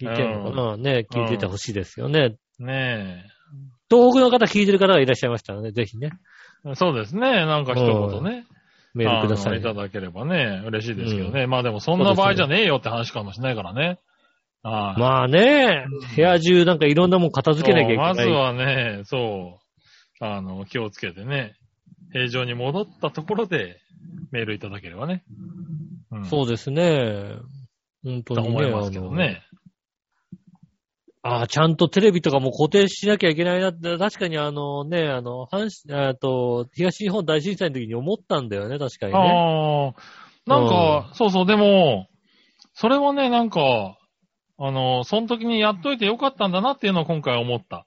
聞いてんのかな、ね、聞いててほしいですよね。
ね
東北の方聞いてる方がいらっしゃいましたらね、ぜひね、
え。そうですね。なんか一言ね。
メールくださ
あの
い
い。ただければね、嬉しいですけどね。まあでもそん
そう
な
ですね
場合じゃねえよって話かもしれないからね。はい
まあね、部屋中なんかいろんなもん片付けなきゃいけない。
そうまずはね、そう。あの、気をつけてね。平常に戻ったところでメールいただければね。うん
そうですね。本当
と
に
思
ね。
いますけどね。
あのあー、ちゃんとテレビとかも固定しなきゃいけないなって、確かにあのね、あの、阪神、えっと、東日本大震災の時に思ったんだよね、確かにね。
ああ、なんか、そうそう、でも、それはね、なんか、あの、その時にやっといてよかったんだなっていうのを今回思った。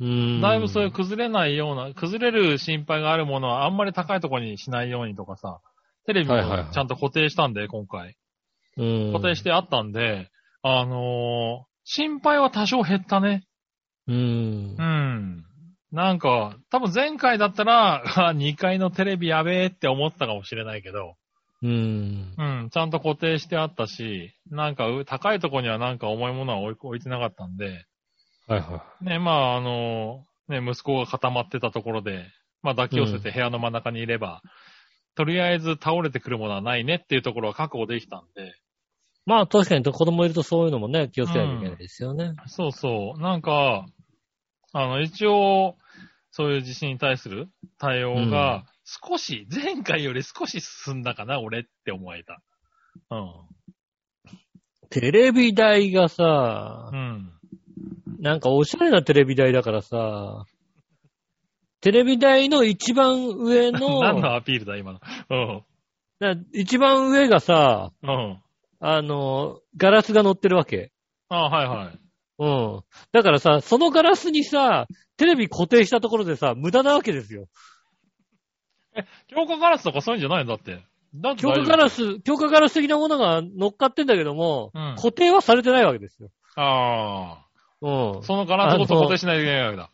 うーん。
だいぶそういう崩れないような、崩れる心配があるものはあんまり高いところにしないようにとかさ、テレビも
はいはいはい
ちゃんと固定したんで、今回。
うん、
固定してあったんで、あのー心配は多少減ったね。
うん
う。ん。なんか、多分前回だったら、あ2階のテレビやべえって思ったかもしれないけど、
うん。
うん、ちゃんと固定してあったし、なんかう高いとこにはなんか重いものは置い置いてなかったんで、
はいは
ね、まあ、あのーね、息子が固まってたところで、まあ抱き寄せて部屋の真ん中にいれば、とりあえず倒れてくるものはないねっていうところは覚悟できたんで、
い。まあ確かに子供いるとそういうのもね、気をつけなきゃいけないですよね。
そうそう。なんか、あの、一応、そういう地震に対する対応が、少し、前回より少し進んだかな、俺って思えた。
テレビ台がさ
う、ん。
なんかおしゃれなテレビ台だからさ、テレビ台の一番上
うん。 <laughs>
の、
何のアピールだ、今の。うん。
だ一番上がさ、
うん。
あの、ガラスが乗ってるわけ。
あはいはい。
うん。だからさ、そのガラスにさ、テレビ固定したところでさ、無駄なわけですよ。
強化ガラスとかそういうんじゃないのだって。だって
強
大丈
化
夫
ガラス、強化ガラス的なものが乗っかってんだけども、
うん
固定はされてないわけですよ。
あ
うん
あ。。そのガラスごと固定しないといけないわけだ。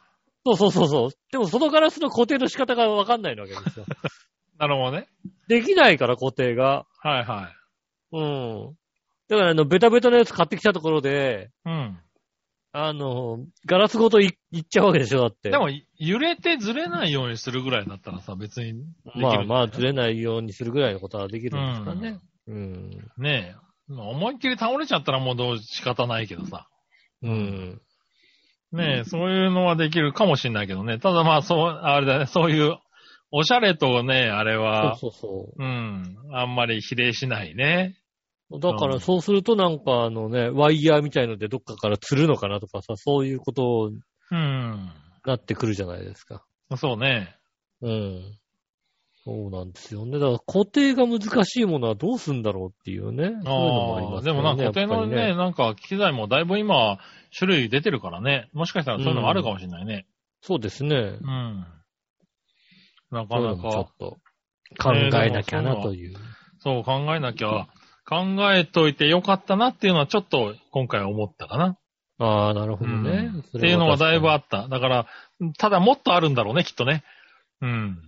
そうそうそうそう。でもそのガラスの固定の仕方がわかんないわけです
<laughs>
よ。
なるほどね。
できないから固定が。
はいは
うん。だからあの、ベタベタのやつ買ってきたところで、
い。うん。
あの、ガラスごといいっちゃうわけでしょ、だって。
でも、揺れてずれないようにするぐらいだったらさ、別にできるんじゃ
ま
な
あ
い。
まあ、ずれないようにするぐらいのことはできるんですかね。うん。
ねえ。まあ思いっきり倒れちゃったらもうどう仕方ないけどさ。
うん。
ねえ、そういうのはできるかもしれないけどね。ただまあ、そう、あれだね、そういう、おしゃれとね、あれは、
そうそう
うん、あんまり比例しないね。
そう。だからそうするとなんかあのね、ワイヤーみたいのでどっかから吊るのかなとかさ、そういうことに
うん。
なってくるじゃないですか。
そうね。
うん。そうなんですよね。だから固定が難しいものはどうすんだろうっていうね。そういうのもあり
あ
ま
あ、
す
で
よね。
もなんか固定のね
やっぱり
なんか機材もだいぶ今、種類出てるからね。もしかしたらそういうのもあるかもしれないね。
そうですね
う。ん。
そういう
なか
の
な
もちょっ
か、
と考えなきゃなという。
そう考えなきゃ、考えといてよかったなっていうのはちょっと今回思ったかな。
ああ、なるほどね
うん。
それ
っていうのはだいぶあ
確か
った。だから、ただもっとあるんだろうね、きっとね。うん。
に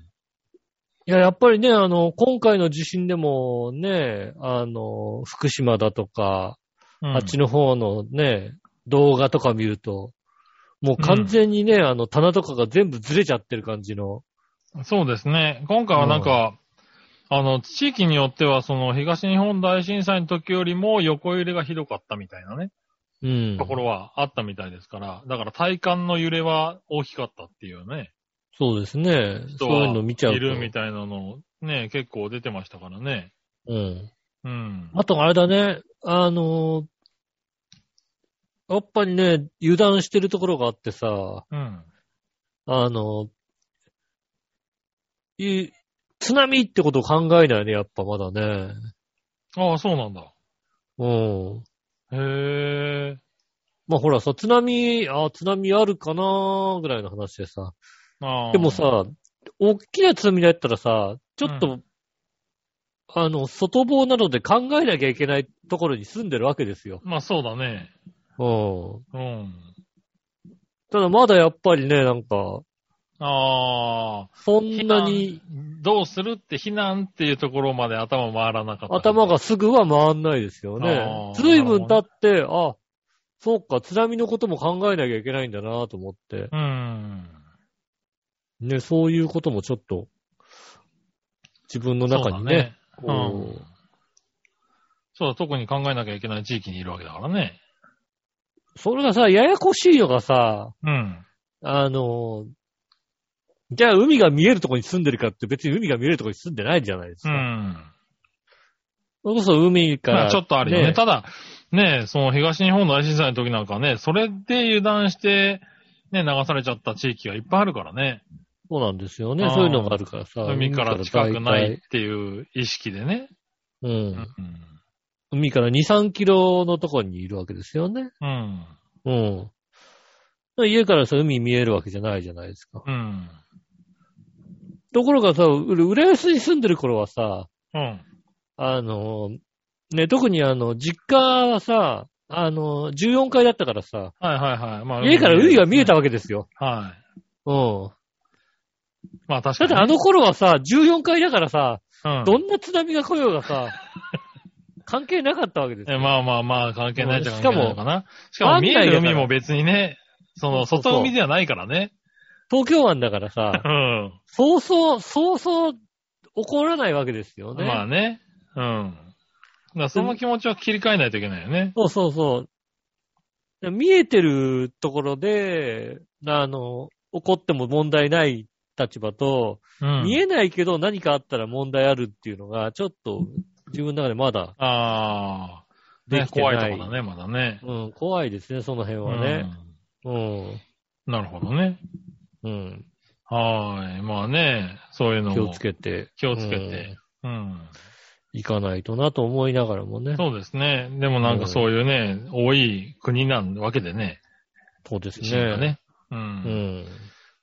いや、やっぱりね、あの、今回の地震でもね、あの、福島だとか、
うん
あっちの方のね、動画とか見ると、もう完全にね、あの棚とかが全部ずれちゃってる感じの。
そうですね。今回はなんか、あの、地域によっては、その、東日本大震災の時よりも横揺れがひどかったみたいなね、
うん。
ところはあったみたいですから、だから体感の揺れは大きかったっていうね、
そうですね。
人
そう
は
いうの見ちゃうと。
いるみたいなの、ね、結構出てましたからね。
うん。
うん。
あとあれだね、あのーやっぱりね、油断してるところがあってさ、
うん。
あのーい津波ってことを考えないね、やっぱまだね。
ああ、そうなんだ。
うん。
へえ。
まあほらさ、津波、あ津波あるかなーぐらいの話でさ。
ああ
でも、さ、大きな津波だったらさ、ちょっと、
う
あの、外房などで考えなきゃいけないところに住んでるわけですよ。
まあそうだね。
うん。
うん。
ただまだやっぱりね、なんか、
ああ。
そんなに
どうするって避難っていうところまで頭回らなかった。
頭がすぐは回んないですよ
あ
ね
ー。
ずいぶん経って、あ、そうか、津波のことも考えなきゃいけないんだなと思って。
うん。
ね、そういうこともちょっと、自分の中にね、
そうだねう
こ
ん。そうだ、特に考えなきゃいけない地域にいるわけだからね。
うそれがさ、ややこしいのがさ、
うん。
あの、じゃあ海が見えるとこに住んでるかって別に海が見えるとこに住んでないじゃないですか。
うん。
それこそ海から、
まあちょっとあるよね。
ね
ただ、ねその東日本大震災の時なんかね、それで油断して、ね、流されちゃった地域がいっぱいあるからね。
そうなんですよね
あ。ー
そういうのがあるからさ。
海から近くないっ
海
ていう意識でね。
から大体。うん。
うん。
海から2、3キロのところにいるわけですよね。
うん。
うん。家からさ、海見えるわけじゃないじゃないですか。
うん。
ところがさ、う浦安に住んでる頃はさ、
うん。
あの、ね、特にあの、実家はさ、あの、14階だったからさ、
はいはいはい。まあ、
家から海が見えた
わ
わけですよ。
け。は
うん。
い。まあ確
だ
か
っ
に
て
ね。
あの頃はさ、14階だからさ、
うん、
どんな津波が来ようが
<laughs>
さ、関係なかったわけです
え
よ。
まあまあまあ、関係ないっちゃ関係ないのかな。しか
かも
も、見える海
湾内だか
も
ら
別にね、その、
そうそう
外海ではないからね。
東京湾だから
<laughs>
さ、
うん。
そうそう、そうそう、起こらないわけですよね。
まあね。うん。だからその気持ちを切り替えないといけないよね。
そうそうそう。見えてるところで、あの、怒っても問題ない立場と、
うん。
見えないけど何かあったら問題あるっていうのが、ちょっと自分の中でまだ
ああ。
で
ね
き、てな
怖
い。
いとこだね、まだね。
うん、怖いですね、その辺はね。うん。
うん。なるほどね。
うん。
はーい。まあね、そういうのも
気をつけて。
気をつけて。うん。
うん。いかないとなと思いながらもね。
そうですね。でもなんかそういうね、多い国なわけでね。
そうです
地震が
ね。
ね。う。
うんん。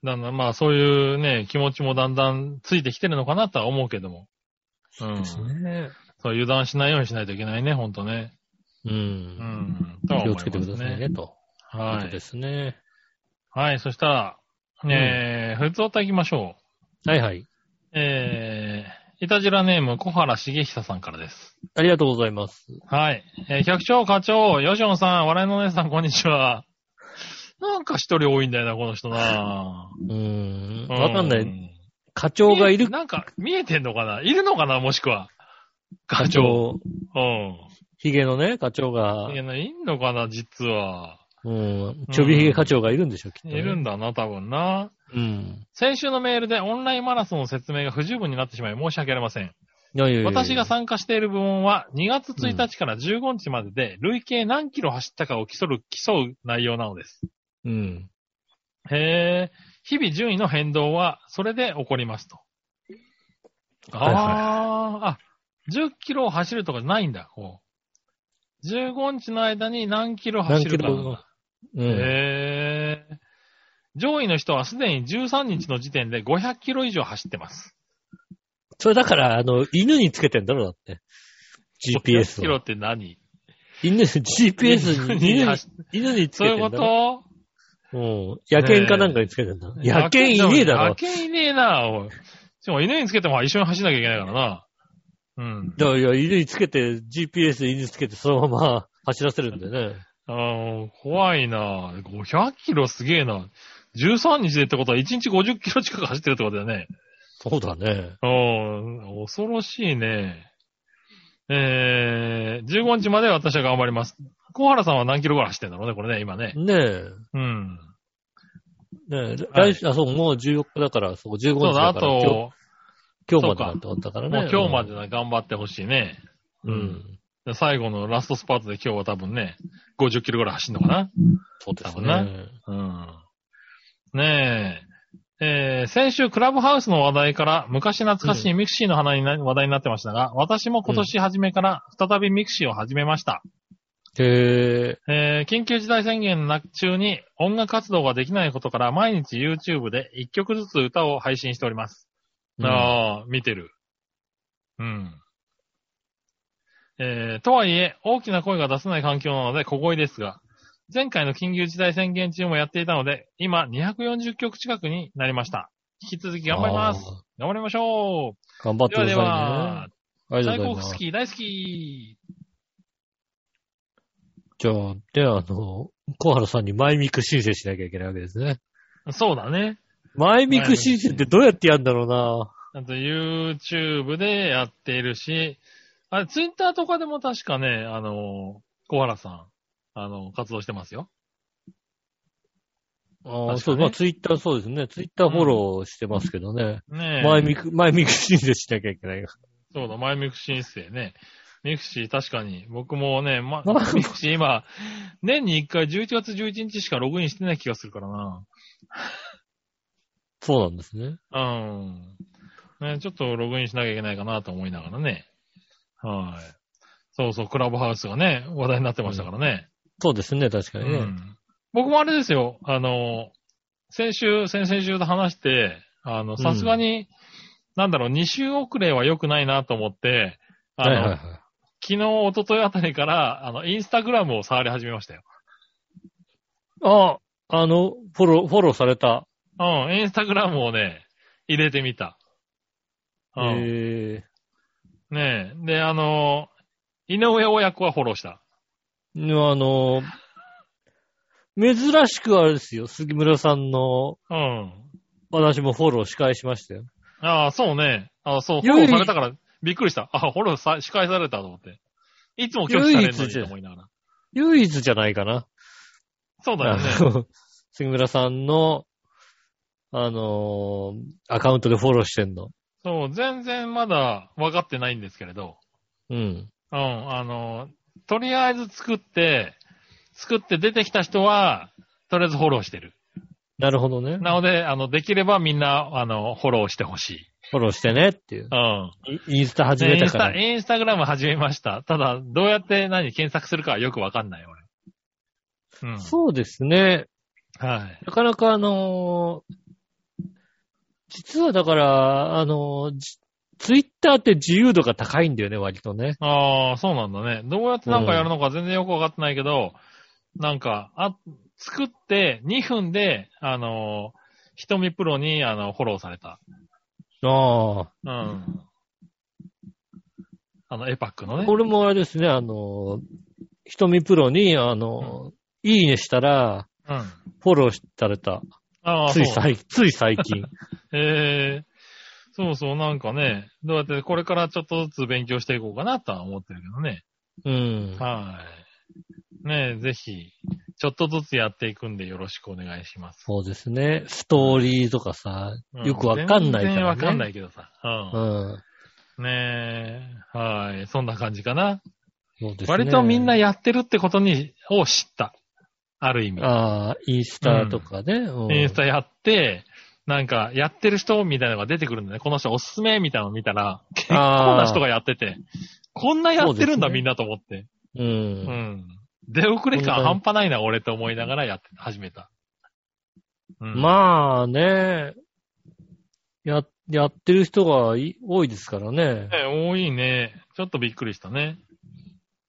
だんだんまあそういうね、気持ちもだんだんついてきてるのかなとは思うけども。うん。
です
そう
ね。
油断しないようにしないといけないね、ほんとね。
う。
うんん。とは
気を
思いま
つ
す
けてくださいね、と。
は
こと
い
で。すね。
はい、そしたら、えー、ふつおた行きましょ
はいはい。
う。えー、いたじらネーム小原茂久さんからです。
ありがとうございます。
はい。えー、百姓課長、よしおんさん、笑いのお姉さん、こんにちは。なんか一人多いんだよな、この人な。
うーん。
う
<laughs> わかんない。。課長がいる。
なんか、見えてんのかないるのかなもしくは。課長。
長。
うん。
ヒゲのね、課長が
い。や、ないんのかな実は。
うん。ちょびヒゲ課長がいるんでしょ、きっと、
い
ね。
るんだな、多分な。
うん。
先週のメールでオンラインマラソンの説明が不十分になってしまい申し訳ありません。
いやいやいやいや
私が参加している部門は2月1日から15日までで累計何キロ走ったかを競う、競う内容なのです。
うん。
へえ、日々順位の変動はそれで起こりますと。あ
はいはい
あ、あ、10キロを走るとかじゃないんだ、こう。15日の間に何キロ走るかなんだ
何うん。
へえ。上位の人はすでに13日の時点で500キロ以上走ってます。
それだから、あの、犬につけてんだろ、だって。
500
GPS
キロ
を。
って何
犬、GPS に、犬に
走っ
犬につ
そう
け
い
て
うんこ
だろ。
と
うん。野犬かなんかにつけてんだろ。野犬いねえだ
野
ろ。
犬いねえな、おい。しかも犬につけても一緒に走んなきゃいけないからな。うん。
いやいや、犬につけて、GPS で犬につけて、そのまま <laughs> 走らせるんでね。
あの怖いな。500キロすげえな。13日でってことは1日50キロ近く走ってるってことだよね。
そうだね。
うん、恐ろしいね。えー、15日まで私は頑張ります。小原さんは何キロぐらい走ってんだろうね、これね、今ね。
ねえ。
うん。
ねえ、
はい
来週、あ、そう、もう14日だから、そう、15
そ
日
うだ、
だ
あ
から、今
と、
日今日
そ
ま
う
で
か
だって思ったから
も
ね。
う今日までな頑張ってほしいね。
うん。
う
うんん。
で最後のラストスパートで今日は多分ね、50キロぐらい走るのかな。
そうです
多分
ね。
うん。ねえ。えー、先週クラブハウスの話題から昔懐かしいミクシーの話にな話題になってましたが、私も今年初めから再びミクシーを始めました。
へえ。
えー緊急事態宣言の中に音楽活動ができないことから毎日 YouTube で1曲ずつ歌を配信しております。
あ。
ああ、見てる。うん。えーとはいえ、大きな声が出せない環境なので小声ですが、前回の緊急事態宣言中もやっていたので、今240曲近くになりました。引き続き頑張ります
あー。
頑張りましょ
頑張っ
う。
て
で
く
は
ださいね。
では、
ありが
最
とうご
高
ざいます
好。き、大好き。
じゃあ、で、あの、小原さんにマイミク申請しなきゃいけないわけですね。
そうだね。
マイミク申請ってどうやってやるんだろうな
あと YouTube でやっているし、あれ、Twitter とかでも確かね、あの、小原さん、あの、活動してますよ。
ああ、
確か
そう、
ね
まあツイッターそうですね。ツイッターフォローしてますけどね。
ねえ。
マイミク、マイミク申請しなきゃいけないが。
そうだ、前ミクシー生ね。ミクシー確かに、僕もね、ま
まあ、
<laughs> ミクシー今、年に1回11月11日しかログインしてない気がするからな。
そうなんですね。
うん。ね、ちょっとログインしなきゃいけないかなと思いながらね。はい。そうそう、クラブハウスがね、話題になってましたからね。
そうですね、確かにね。
うん僕もあれですよ、あの、先週、先々週と話して、あの、さすがに、なんだろう、2週遅れは良くないなと思って、あ
はい
の、
はいはい。
昨日、一昨日あたりから、あの、インスタグラムを触り始めましたよ。
ああ、あの、フォロー、フォローされた。
うん、インスタグラムをね、入れてみた。うん。
へえ。
ねえ。で、あの、井上親子はフォローした。
あの、珍しくあれですよ、杉村さんの、
うん。
私もフォロー仕返しましたよ。
ああ、そうね。ああ、そう、フォ
唯一
ローされたから、びっくりした。ああ、フォローさ、仕返されたと思って。いつも拒否されるの
唯一
に
じゃ
と思いながら。
唯一じゃないかな。
そうだよね。
あの杉村さんの、あのアカウントでフォローしてんの。
そう、全然まだ分かってないんですけれど。
うん。
うん、あの、とりあえず作って、作って出てきた人は、とりあえずフォローしてる。
なるほどね。
なので、あの、できればみんな、あの、フォローしてほしい。
フォローしてねっていう。
うん。
イインスタ始め
イン
た
ス
か
タ、
ら。
インスタグラム始めました。ただ、どうやって何検索するかはよくわかんない、俺。うん。
そうですね。
はい。
なかなかあのー実はだから、あのーじツイッターって自由度が高いんだよね、割とね。
ああ、そうなんだね。どうやってなんかやるのか全然よくわかってないけど、なんか、あ、作って2分で、あのー、瞳プロに、あの、フォローされた。
あ
うん。あの、エパックの
あ。
ね。
俺もあれですね、あのー、瞳プロに、あのー、いいねしたら、
うん。
フォローされた。
ああ、
つい
そう
最近、つい最
<laughs>
近。
ええそうそう、なんかね、どうやってこれからちょっとずつ勉強していこうかなとは思ってるけどね。
うん。
はい。ねえ、ぜひ、ちょっとずつやっていくんでよろしくお願いします。
そうですね。ストーリーとかさ、
うん
よくわかんないからね。
全然わかんないけどさ。
う。
うんん。ねえ、はい。そんな感じかな。
そうですね。
割とみんなやってるってことに、を知った。ある意味。
ああ、インスタとかね。うん
インスタやって、なんか、やってる人みたいなのが出てくるんだね。この人おすすめみたいなの見たら、結構な人がやってて、こんなやっ
そう
てるんだ、
ですね
みんなと思って。
う。
うんん。出遅れ
本当
感
に
半端ないな、俺って思いながらやって、始めた。うん、
まあね、や、やってる人がい多いですからね。
ね多いね。ちょっとびっくりしたね。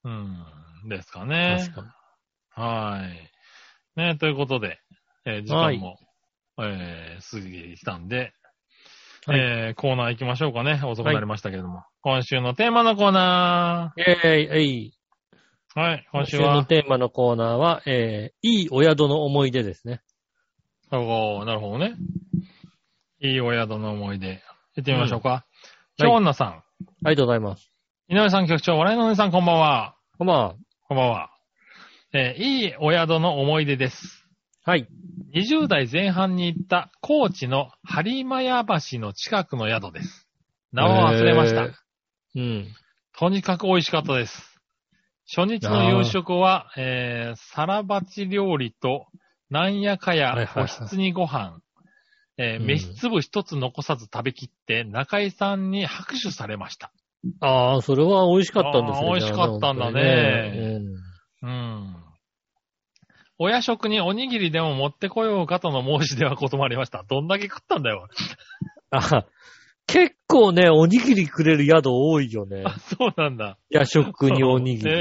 うん。ですかね
確。か
はい。ね、ということで、えー時間も、えー過ぎてきたんで、
はい
えーコーナー行きましょうかね。遅くなりましたけれども。今週のテーマのコーナ
に。えー、えい。
ー。はい、今
今
週
週の
は、
テーマのコーナーは、えー、いいお宿の思い出ですね。
おーなるほどね。いいお宿の思い出。行ってみましょうか。
うん
今日女さん、
ありがとうございます。
井上さん局長、笑いのお姉さんこんばんは。
ま
こんばんは。えーいいお宿の思い出です。
あ、はい。
20代前半に行った高知の播磨屋橋の近くの宿です。名を忘れました。
えーうん。
とにかく美味しかったです。初日の夕食は、えー、サラバチ料理と、なんやか
はい
や
はいは
お
い
ひつにご飯、えー
うん
飯粒一つ残さず食べきって、中井さんに拍手されました。
ああ、それは美味しかったんですね。
あー美味しかったんだねうん。親食におにぎりでも持ってこようかとの申し出は断りました。どんだけ食ったんだよ。 <laughs>
本当にねうんあ結構ね、おにぎりくれる宿多いよ
<laughs>
ね。
あ、そうなんだ。
夜食におにぎり。
へ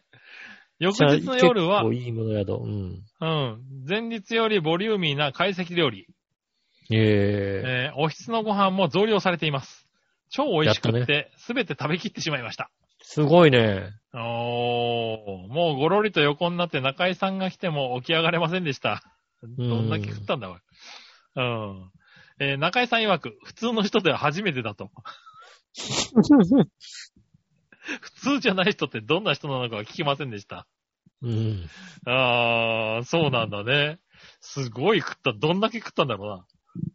え。翌
じゃあ
日の夜は
結構、いいもの宿。うん。
うん。前日よりボリューミーな懐石料理。
ええ
えーおひつのご飯も増量されています。超美味しく
やっ
っ
と
て、すべ、て食べきってしまいました。
すごいね。
おー、もうごろりと横になって中井さんが来ても起き上がれませんでした。どんだけ食ったんだ、おい。うん。えー中井さん曰く、普通の人では初めてだ
<laughs>
と。普通じゃない人ってどんな人なのかは聞きませんでした。
うん。
あー、そうなんだね。すごい食った。どんだけ食ったんだろ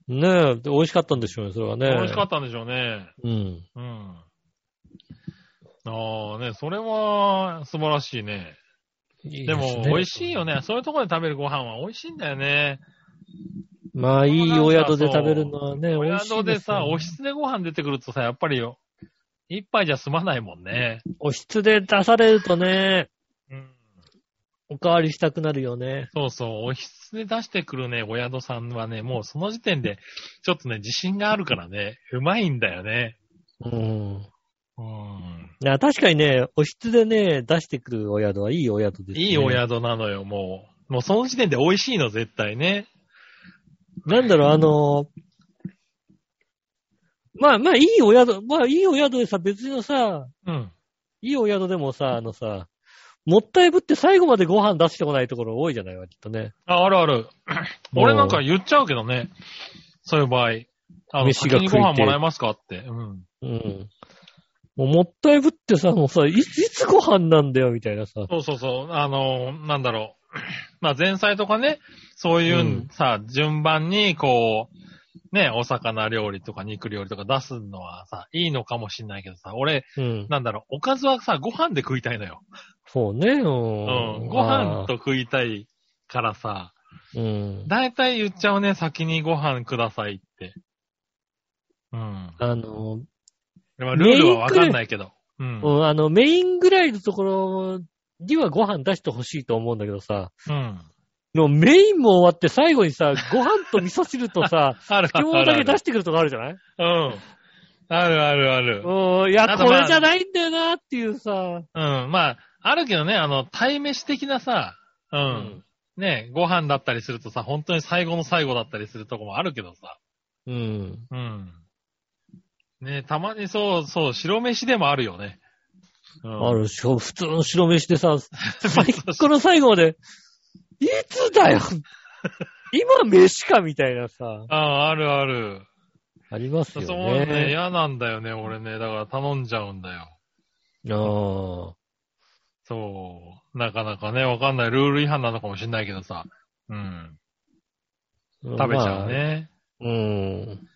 うな。
ねえ、で美味しかったんでしょうね、それはね。
美味しかったんでしょうね。
うん。
うん。ああね、それは素晴らしいね。
いい
でも、
すね
美味しいよね。そういうところで食べるご飯は美味しいんだよね。
まあ、いいお宿で食べるのはね、
お
美味しい
宿でさ、お
お
ひつでご飯出てくるとさ、やっぱりよ、一杯じゃ済まないもんね。
おひつで出されるとね、
うん。
おかわりしたくなるよね。
そうそう、おひつで出してくるね、お宿さんはね、もうその時点で、ちょっとね、自信があるからね、うまいんだよね。
うん。
うん。
な確かにね、おひつでね、出してくるお宿はいいお宿です、ね。
いいお。宿なのよ、もう。もうその時点で美味しいの、絶対ね。
なんだろう、あの、まあまあ、いいお宿、まあいいお宿でさ、別のさ、
うん。
いいお宿でもさ、あのさ、もったいぶって最後までご飯出してこないところ多いじゃないわ、きっとね。
あ、あるある。俺なんか言っちゃうけどね。そういう場合。あの、
飯
先
が
に
食
ご
いてえ
飯もらえますかって。うん。
うん。もうもったいぶってさ、もうさ、いいつご飯なんだよ、みたいなさ。
そうそうそう。あの、なんだろう。 <clears throat> まあ、前菜とかね、そうい
う
う、
ん
さ、順番に、こう、ね、お魚料理とか肉料理とか出すのはさ、いいのかもしんないけどさ、俺、
うん。
なんだろう、おかずはさ、ご飯で食いたいのよ。
そうね、うん
うん。ご飯と。食いたいからさ、
うん。
だいたい言っちゃうね、先にご飯くださいって。うん。
あの、
まあ、ルールはわかんないけど。うん。
うん、あの、メインぐらいのところにはご飯出してほしいと思うんだけどさ、
うん。
もうメインも終わって最後にさ、ご飯と味噌汁とさ、 <laughs>
あるあ
着
るあ
物だけ
る
出。してくるとかあるじゃない
うん。あるあるある。
<laughs> うん、い
た
や、
だ
こ
まあ
れじゃないんだよなっていうさ、
うん。まあ、あるけどね、あの、対飯的なさ、う。。
うん
ね、ご飯だったりするとさ、本当に最後の最後だったりするとこもあるけどさ。
うん。
うん。ね、たまにそう、そう、白飯でもあるよね。うん <laughs>
あ。るし、普通の白飯でさ、最後の最後まで、いつだ <laughs> よ今飯かみたいなさ、
ああるある。
ありますよ
そうね、
ね。
嫌なんだよね、俺ね。だから頼んじゃうんだよ。
あ
そう。なかなかね、わかんない。ルール違反なのかもしんないけどさ。うん。
ー
食べちゃう。ね。
まあうん。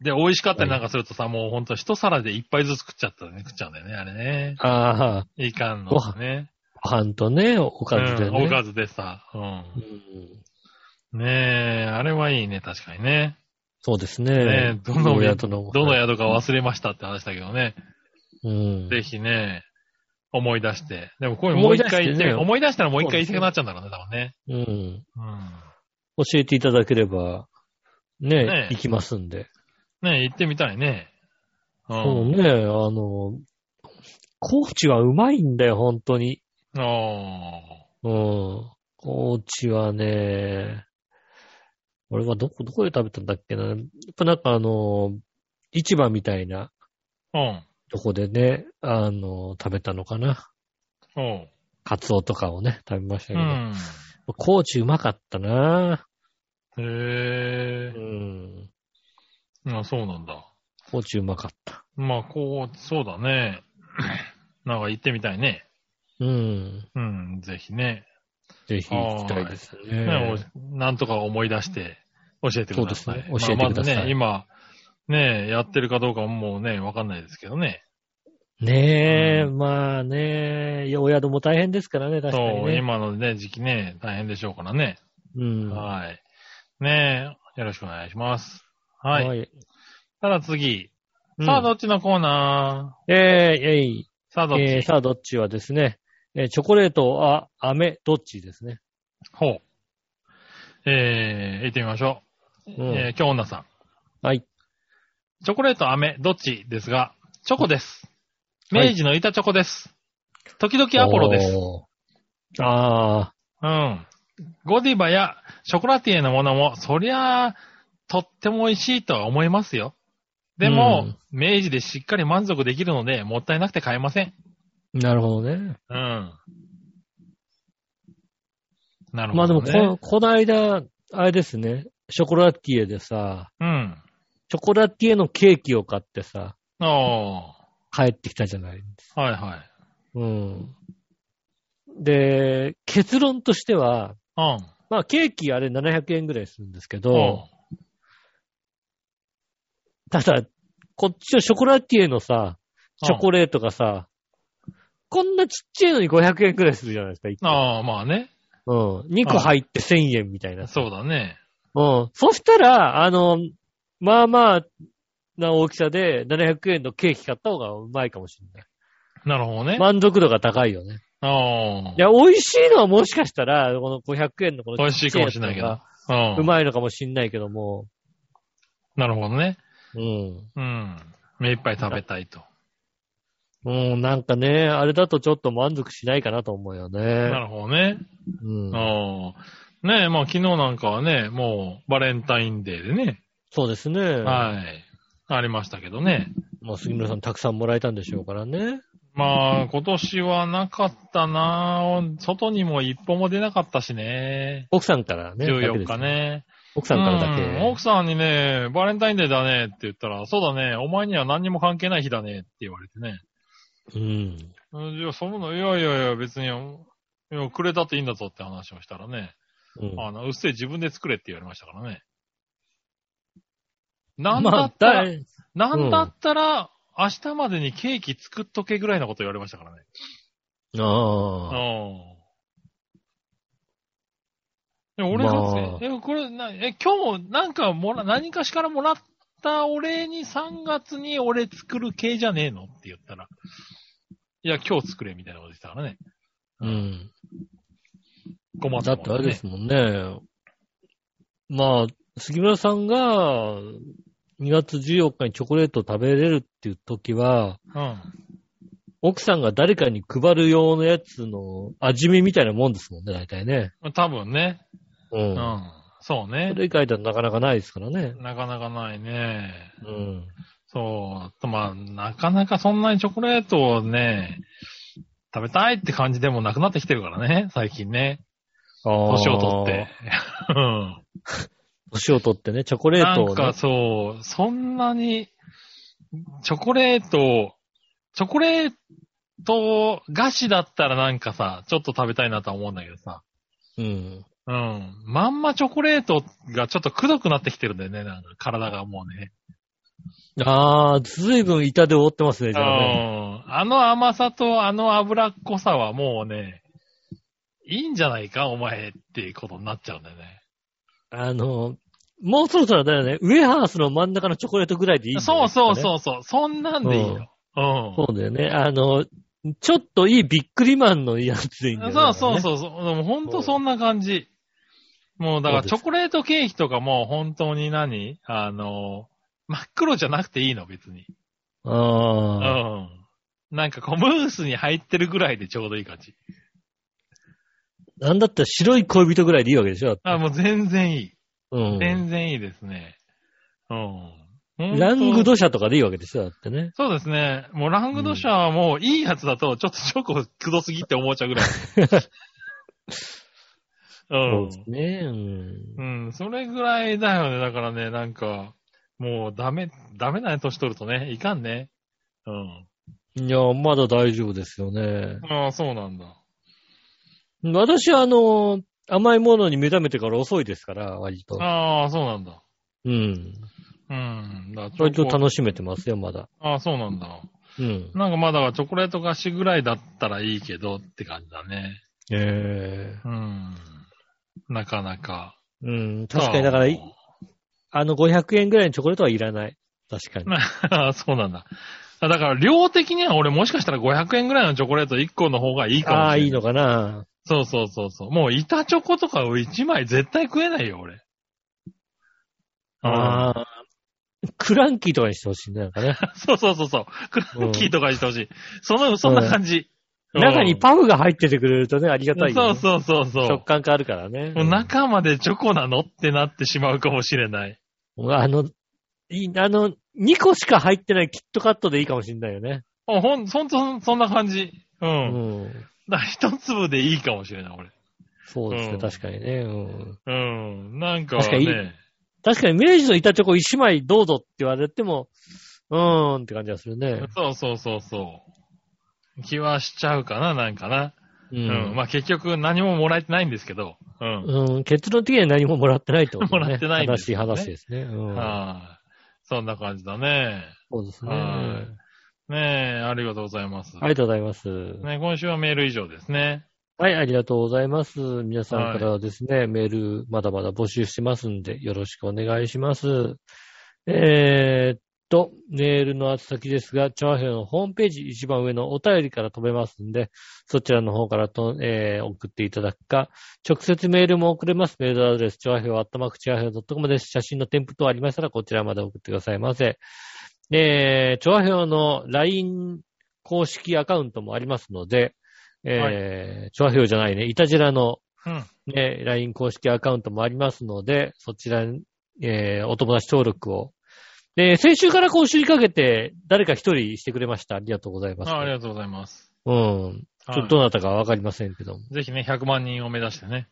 で、美味しかったりなんかするとさ、もうほんと一皿で一杯ずつ食っちゃったね、食っちゃうんだよね、あれね。
ああ、
いかんのね。
ご飯とね、おかずで
うんお
ね。
かずでさ。
う
うんん。ねえ、あれはいいね、確かにね。
そうです
ね
ね。
えどの
親との。
どの宿か忘れましたって話だけどね。
うん。
ぜひね、思い出して。でもこれも
思
う
い
一
出してね
回行って、思い出したらもう一回行きたくなっちゃうんだろうね、多分ね。
うん。
うん。
教えていただければ、ね、
ねえ
行きますんで。
ねえ、行ってみたいね。う
そうね、あの、高知はうまいんだよ、本当に。
あ
うん。高知はね、俺はどこ、どこで食べたんだっけな。やっぱなんかあの、市場みたいな
あ。うん。
とこでね、あの、食べたのかな。
うん。
カツオとかをね、食べましたけ
う
ど。
ん。
高知うまかったな
へ
う
え。
ん。
あ、そうなんだ。
高知うまかった。
まあ、こう、そうだね。 <coughs> なんか行ってみたいね。
うん。
うん、ぜひね。
ぜひ行きたいですね。
ねおなんとか思い出して教えてく
そ
ださ
う
い。
ですね教えてください
まあまずね、今、ね、やってるかどうかもうね、わかんないですけどね。
ねえ、
う
まあねえ、いやお宿も大変ですからね、確かに
そう、
ね。
今のね、時期ね、大変でしょうからね。
うん。
はい。ねえ、よろしくお願いします。はい。
はい。
ただ次。
うん
さあ、どっちのコーナ
えー、えい。
ーさあ、どっち、
えーさあ、どっちはですね、えーチョコレート、あ、飴、どっちですね。
ほう。えー、行ってみましょ
う
う。
ん
えー、今日女さん。
はい。
チョコレート、飴、どっちですが、チョコです。
はい
明治の板チョコです。時々アポロです。
おー。あ
うん。ゴディバやショコラティエのものも、そりゃあ、とっても美味しいとは思いますよ。でも、明治でしっかり満足できるので、もったいなくて買えません。
ー、なるほどね。
うん。なる
まあ
ほ
で
ど、
もこ、
ね。
この間、あれですね、ショコラティエでさ、
うん。
チョコラティエのケーキを買ってさ、
ああ
帰ってきたじゃない。
ー、はいはい。
うん。で、結論としては、
うん。
まあケーキあれ700円ぐらいするんですけど、ただ、こっちのショコラティエのさ、チョコレートがさ、こんなちっちゃいのに500円くらいするじゃないですか、一
う
個
ん。ああ、まあね。
うん。2個入って1000円みたいな。
そうだね。
うん。そしたら、あの、まあまあ、な大きさで700円のケーキ買った方がうまいかもしれない。
なるほどね。
満足度が高いよね。
あ
い。
あ
や、美味しいのはもしかしたら、この500円のこの
美味しいかもしれないけど。うん。
うまいのかもしんないけども、
なるほどね。
うん。
うん。目いっぱい食べたいと。
うん、なんかね、あれだとちょっと満足しないかなと思うよ
な
ね。
るほどね。
うん。
ああ。ねえ、まあ昨日なんかはね、もうバレンタインデーでね。
そうですね。
はい。ありましたけどね。
まあ、杉村さんたくさんもらえたんでしょうからね。
まあ今年はなかったな外にも一歩も出なかったしね。
奥さんからね。だけ
14
です
日。ね。
奥さんからだけ。
うん奥さんにね、バレンタインデーだねって言ったら、そうだね、お前には何にも関係ない日だねって言われてね。
うん。
うん、じゃあ、そんなの、いやいやいや、別に、いやくれたっていいんだぞって話をしたらね、
うん
あの、うっせえ自分で作れって言われましたからね。なん
ま
だ
あ
ったら、
だい
なんだったら、明日までにケーキ作っとけぐらいのこと言われましたからね。
ああ。
うん。でも俺が
まあ
つえ、えこれな、え、今日なんかもら、何かしからもらったお礼に3月に俺作る系じゃねえのって言ったら、いや、今日作れみたいなこと言ってたからね。
うん。
困っ
だ
た
ってあ
もん、ね。
れですもんね。まあ、杉村さんが2月14日にチョコレートを食べれるっていう時は、
うん。
奥さんが誰かに配る用のやつの味見みたいなもんですもんね、大体ね。
まあ多分ね。
う。
うんん。そうね
そ。れ以外だとなかなかないですからね。
なかなかないね。
うん。
そう。まあ、なかなかそんなにチョコレートをね、食べたいって感じでもなくなってきてるからね、最近ね。年
年
を取って。。うん。
年を取ってね、チョコ <laughs> レートを、
な
ね。
んかそう、そんなに、チョコレートを、チョコレート菓子だったらなんかさ、ちょっと食べたいなとは思うんだけどさ。
うん。
うん。まんまチョコレートがちょっとくどくなってきてるんだよね、なんか体がもうね。
ああ、ずいぶん板で覆ってますね、
う
じゃあね。
ん。あの甘さとあの脂っこさはもうね、いいんじゃないか、お前っていうことになっちゃうんだよね。
あの、もうそろそろだよね、ウェハースの真ん中のチョコレートぐらいでいいんじゃな
そ
いうですか
そ
ね、
うそうそう。そんなんでいいよ。う
そ
ん。
うだよね。あの、ちょっといいビックリマンのやつでいいんだよね。
そうそう
う。
そうそう。でも本当そんな感じ。もうだからチョコレートケーキとかも本当に何あの、真っ黒じゃなくていいの、別に。う
ああ、
ん。なんかこう、ムースに入ってるぐらいでちょうどいい感じ。
なんだったら白い恋人ぐらいでいいわけでしょ
あ、もう全然いい。
うん。
全然いいですね。うん。
ラング
ド
ドシャとかでいいわけでしょだってね。
そうですね。もうラングドシャはもういいやつだと、ちょっとチョコくどすぎって思っちゃ
<laughs>
うぐらい。うん。
そうですね。うん。
うん、それぐらいだよね。だからね、なんか、もうダメ、ダメだね、年取るとね。いかんね。うん。
いや、まだ大丈夫ですよね。
ああ、そうなんだ。
私はあの、甘いものに目覚めてから遅いですから、割と。
ああ、そうなんだ。
うん。
うん。だから
割と
チョコ
楽しめてますよ、まだ。
ああ、そうなんだ。
うん。
なんかまだチョコレート菓子ぐらいだったらいいけどって感じだね。
ええ
うん。なかなか。
うん、確かにだからい、あの500円ぐらいのチョコレートはいらない。確かに。
まあ、 <laughs> そうなんだ。あだから、量的には俺もしかしたら500円ぐらいのチョコレート1個の方がいいかもしれない。
ああ、いいのかな
そうそうそうそう。もう板チョコとかを1枚絶対食えないよ、俺。あ。
ああ。クランキーとかにしてほしいね。なんかね。
<laughs> そうそうそうそう。クランキーとかにしてほしい。その、そんな感じ。うん
中にパフが入っててくれるとね、ありがたいよ
そ
ね、
うそうそうそう
食。感変わるからね。
もう中までチョコなのってなってしまうかもしれない。
あの、いいあの、2個しか入ってないキットカットでいいかもしんないよね。
あほん、ほんと、そんな感じ。う。
うんん。
だから一粒でいいかもしれない、俺。
そうですね、
うん
確かにね、うん。
うん。なんか、ね、
確かにいい確かに明治の板チョコ1枚どうぞって言われても、うーんって感じがするね。
そうそうそうそう。気はしちゃうかな、なんかな。
う。
うんん。まあ結局何ももらえてないんですけど。うん。
うん、結論的には何ももらってないってことね。
<laughs> もらってないん
悲
で
し
す
い
よね
話ですね。うん。
はい。そんな感じだね。
そうですね。
は
うん
ねえ、ありがとうございます。
ありがとうございます。
ね、今週はメール以上ですね。
はい、ありがとうございます。皆さんからはですね、メールまだまだ募集してますんで、よろしくお願いします。えーっと、メールの宛先ですが、チャワヘのホームページ一番上のお便りから飛べますんで、そちらの方からと、えー送っていただくか、直接メールも送れます。メールアドレス、チャワヘアットマークチャワヘ .com です。写真の添付等ありましたら、こちらまで送ってくださいませ。えー、チャワヘの LINE 公式アカウントもありますので、えー、チョアヒョウじゃないね、イタジラの、
うん
ね、LINE 公式アカウントもありますので、そちらに、えー、お友達登録を。で、先週から今週にかけて、誰か一人してくれました。ありがとうございます。
あありがとうございます。
うん。ちょっとどなたかわかりませんけども。
ぜひね、100万人を目指してね。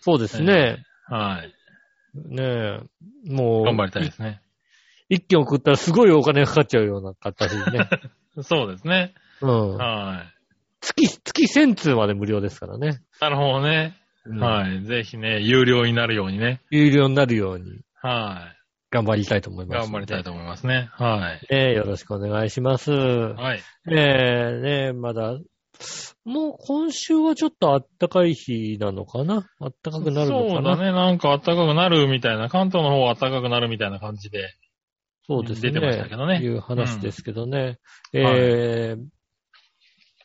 そうですね。
はい。
ねえ。もう、
頑張りたいですね。
い一件送ったらすごいお金がかかっちゃうような形で
<laughs>
ね。
そうですね。
うん。
はい。
月、月1000通まで無料ですからね。
なるほどね。
い。
はい。ぜひね、有料になるようにね。
有料になるように
は
頑張りたいと思い
い。
ます
頑
んで。
張りたいと思いますね。は
ねえ、よろしくお願いします。
い。はい。
ねえ、ねえ、まだ、もう今週はちょっとあったかい日なのかなあったかくなるの
そ
か
う
な
だね。なんか暖かくなるみたいな、関東の方は暖かくなるみたいな感じで。
そうですね。
出てましたけどね
いう話ですけどね。
ん
えー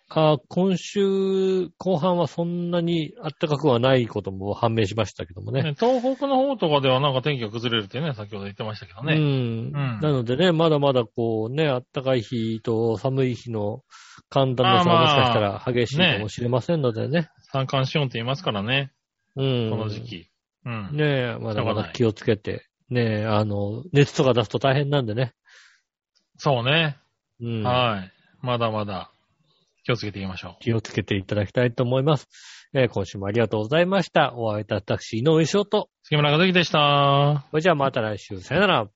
あ今週後半はそんなに暖かくはないことも判明しましたけどもね。
ね東北の方とかではなんか天気が崩れるってね、先ほど言ってましたけど
う
ね。
ん。
うん
なのでね、まだまだこうね、暖かい日と寒い日の寒暖の差は
あー
もし
ま
か
あ
したら激しいかもしれませんのでね。
三寒四温って言いますからね、
うん。
この時期。うん。
ねえ、まだま
しょうが
だ
ない
気をつけて。ねえ、あの、熱とか出すと大変なんでね。
そうね。
うん。
はい。まだまだ気をつけていきましょう。
気をつけていただきたいと思います。えー今週もありがとうございました。お会いいた私、井上翔と。
杉村和樹でした。
それじゃあまた来週。さよなら。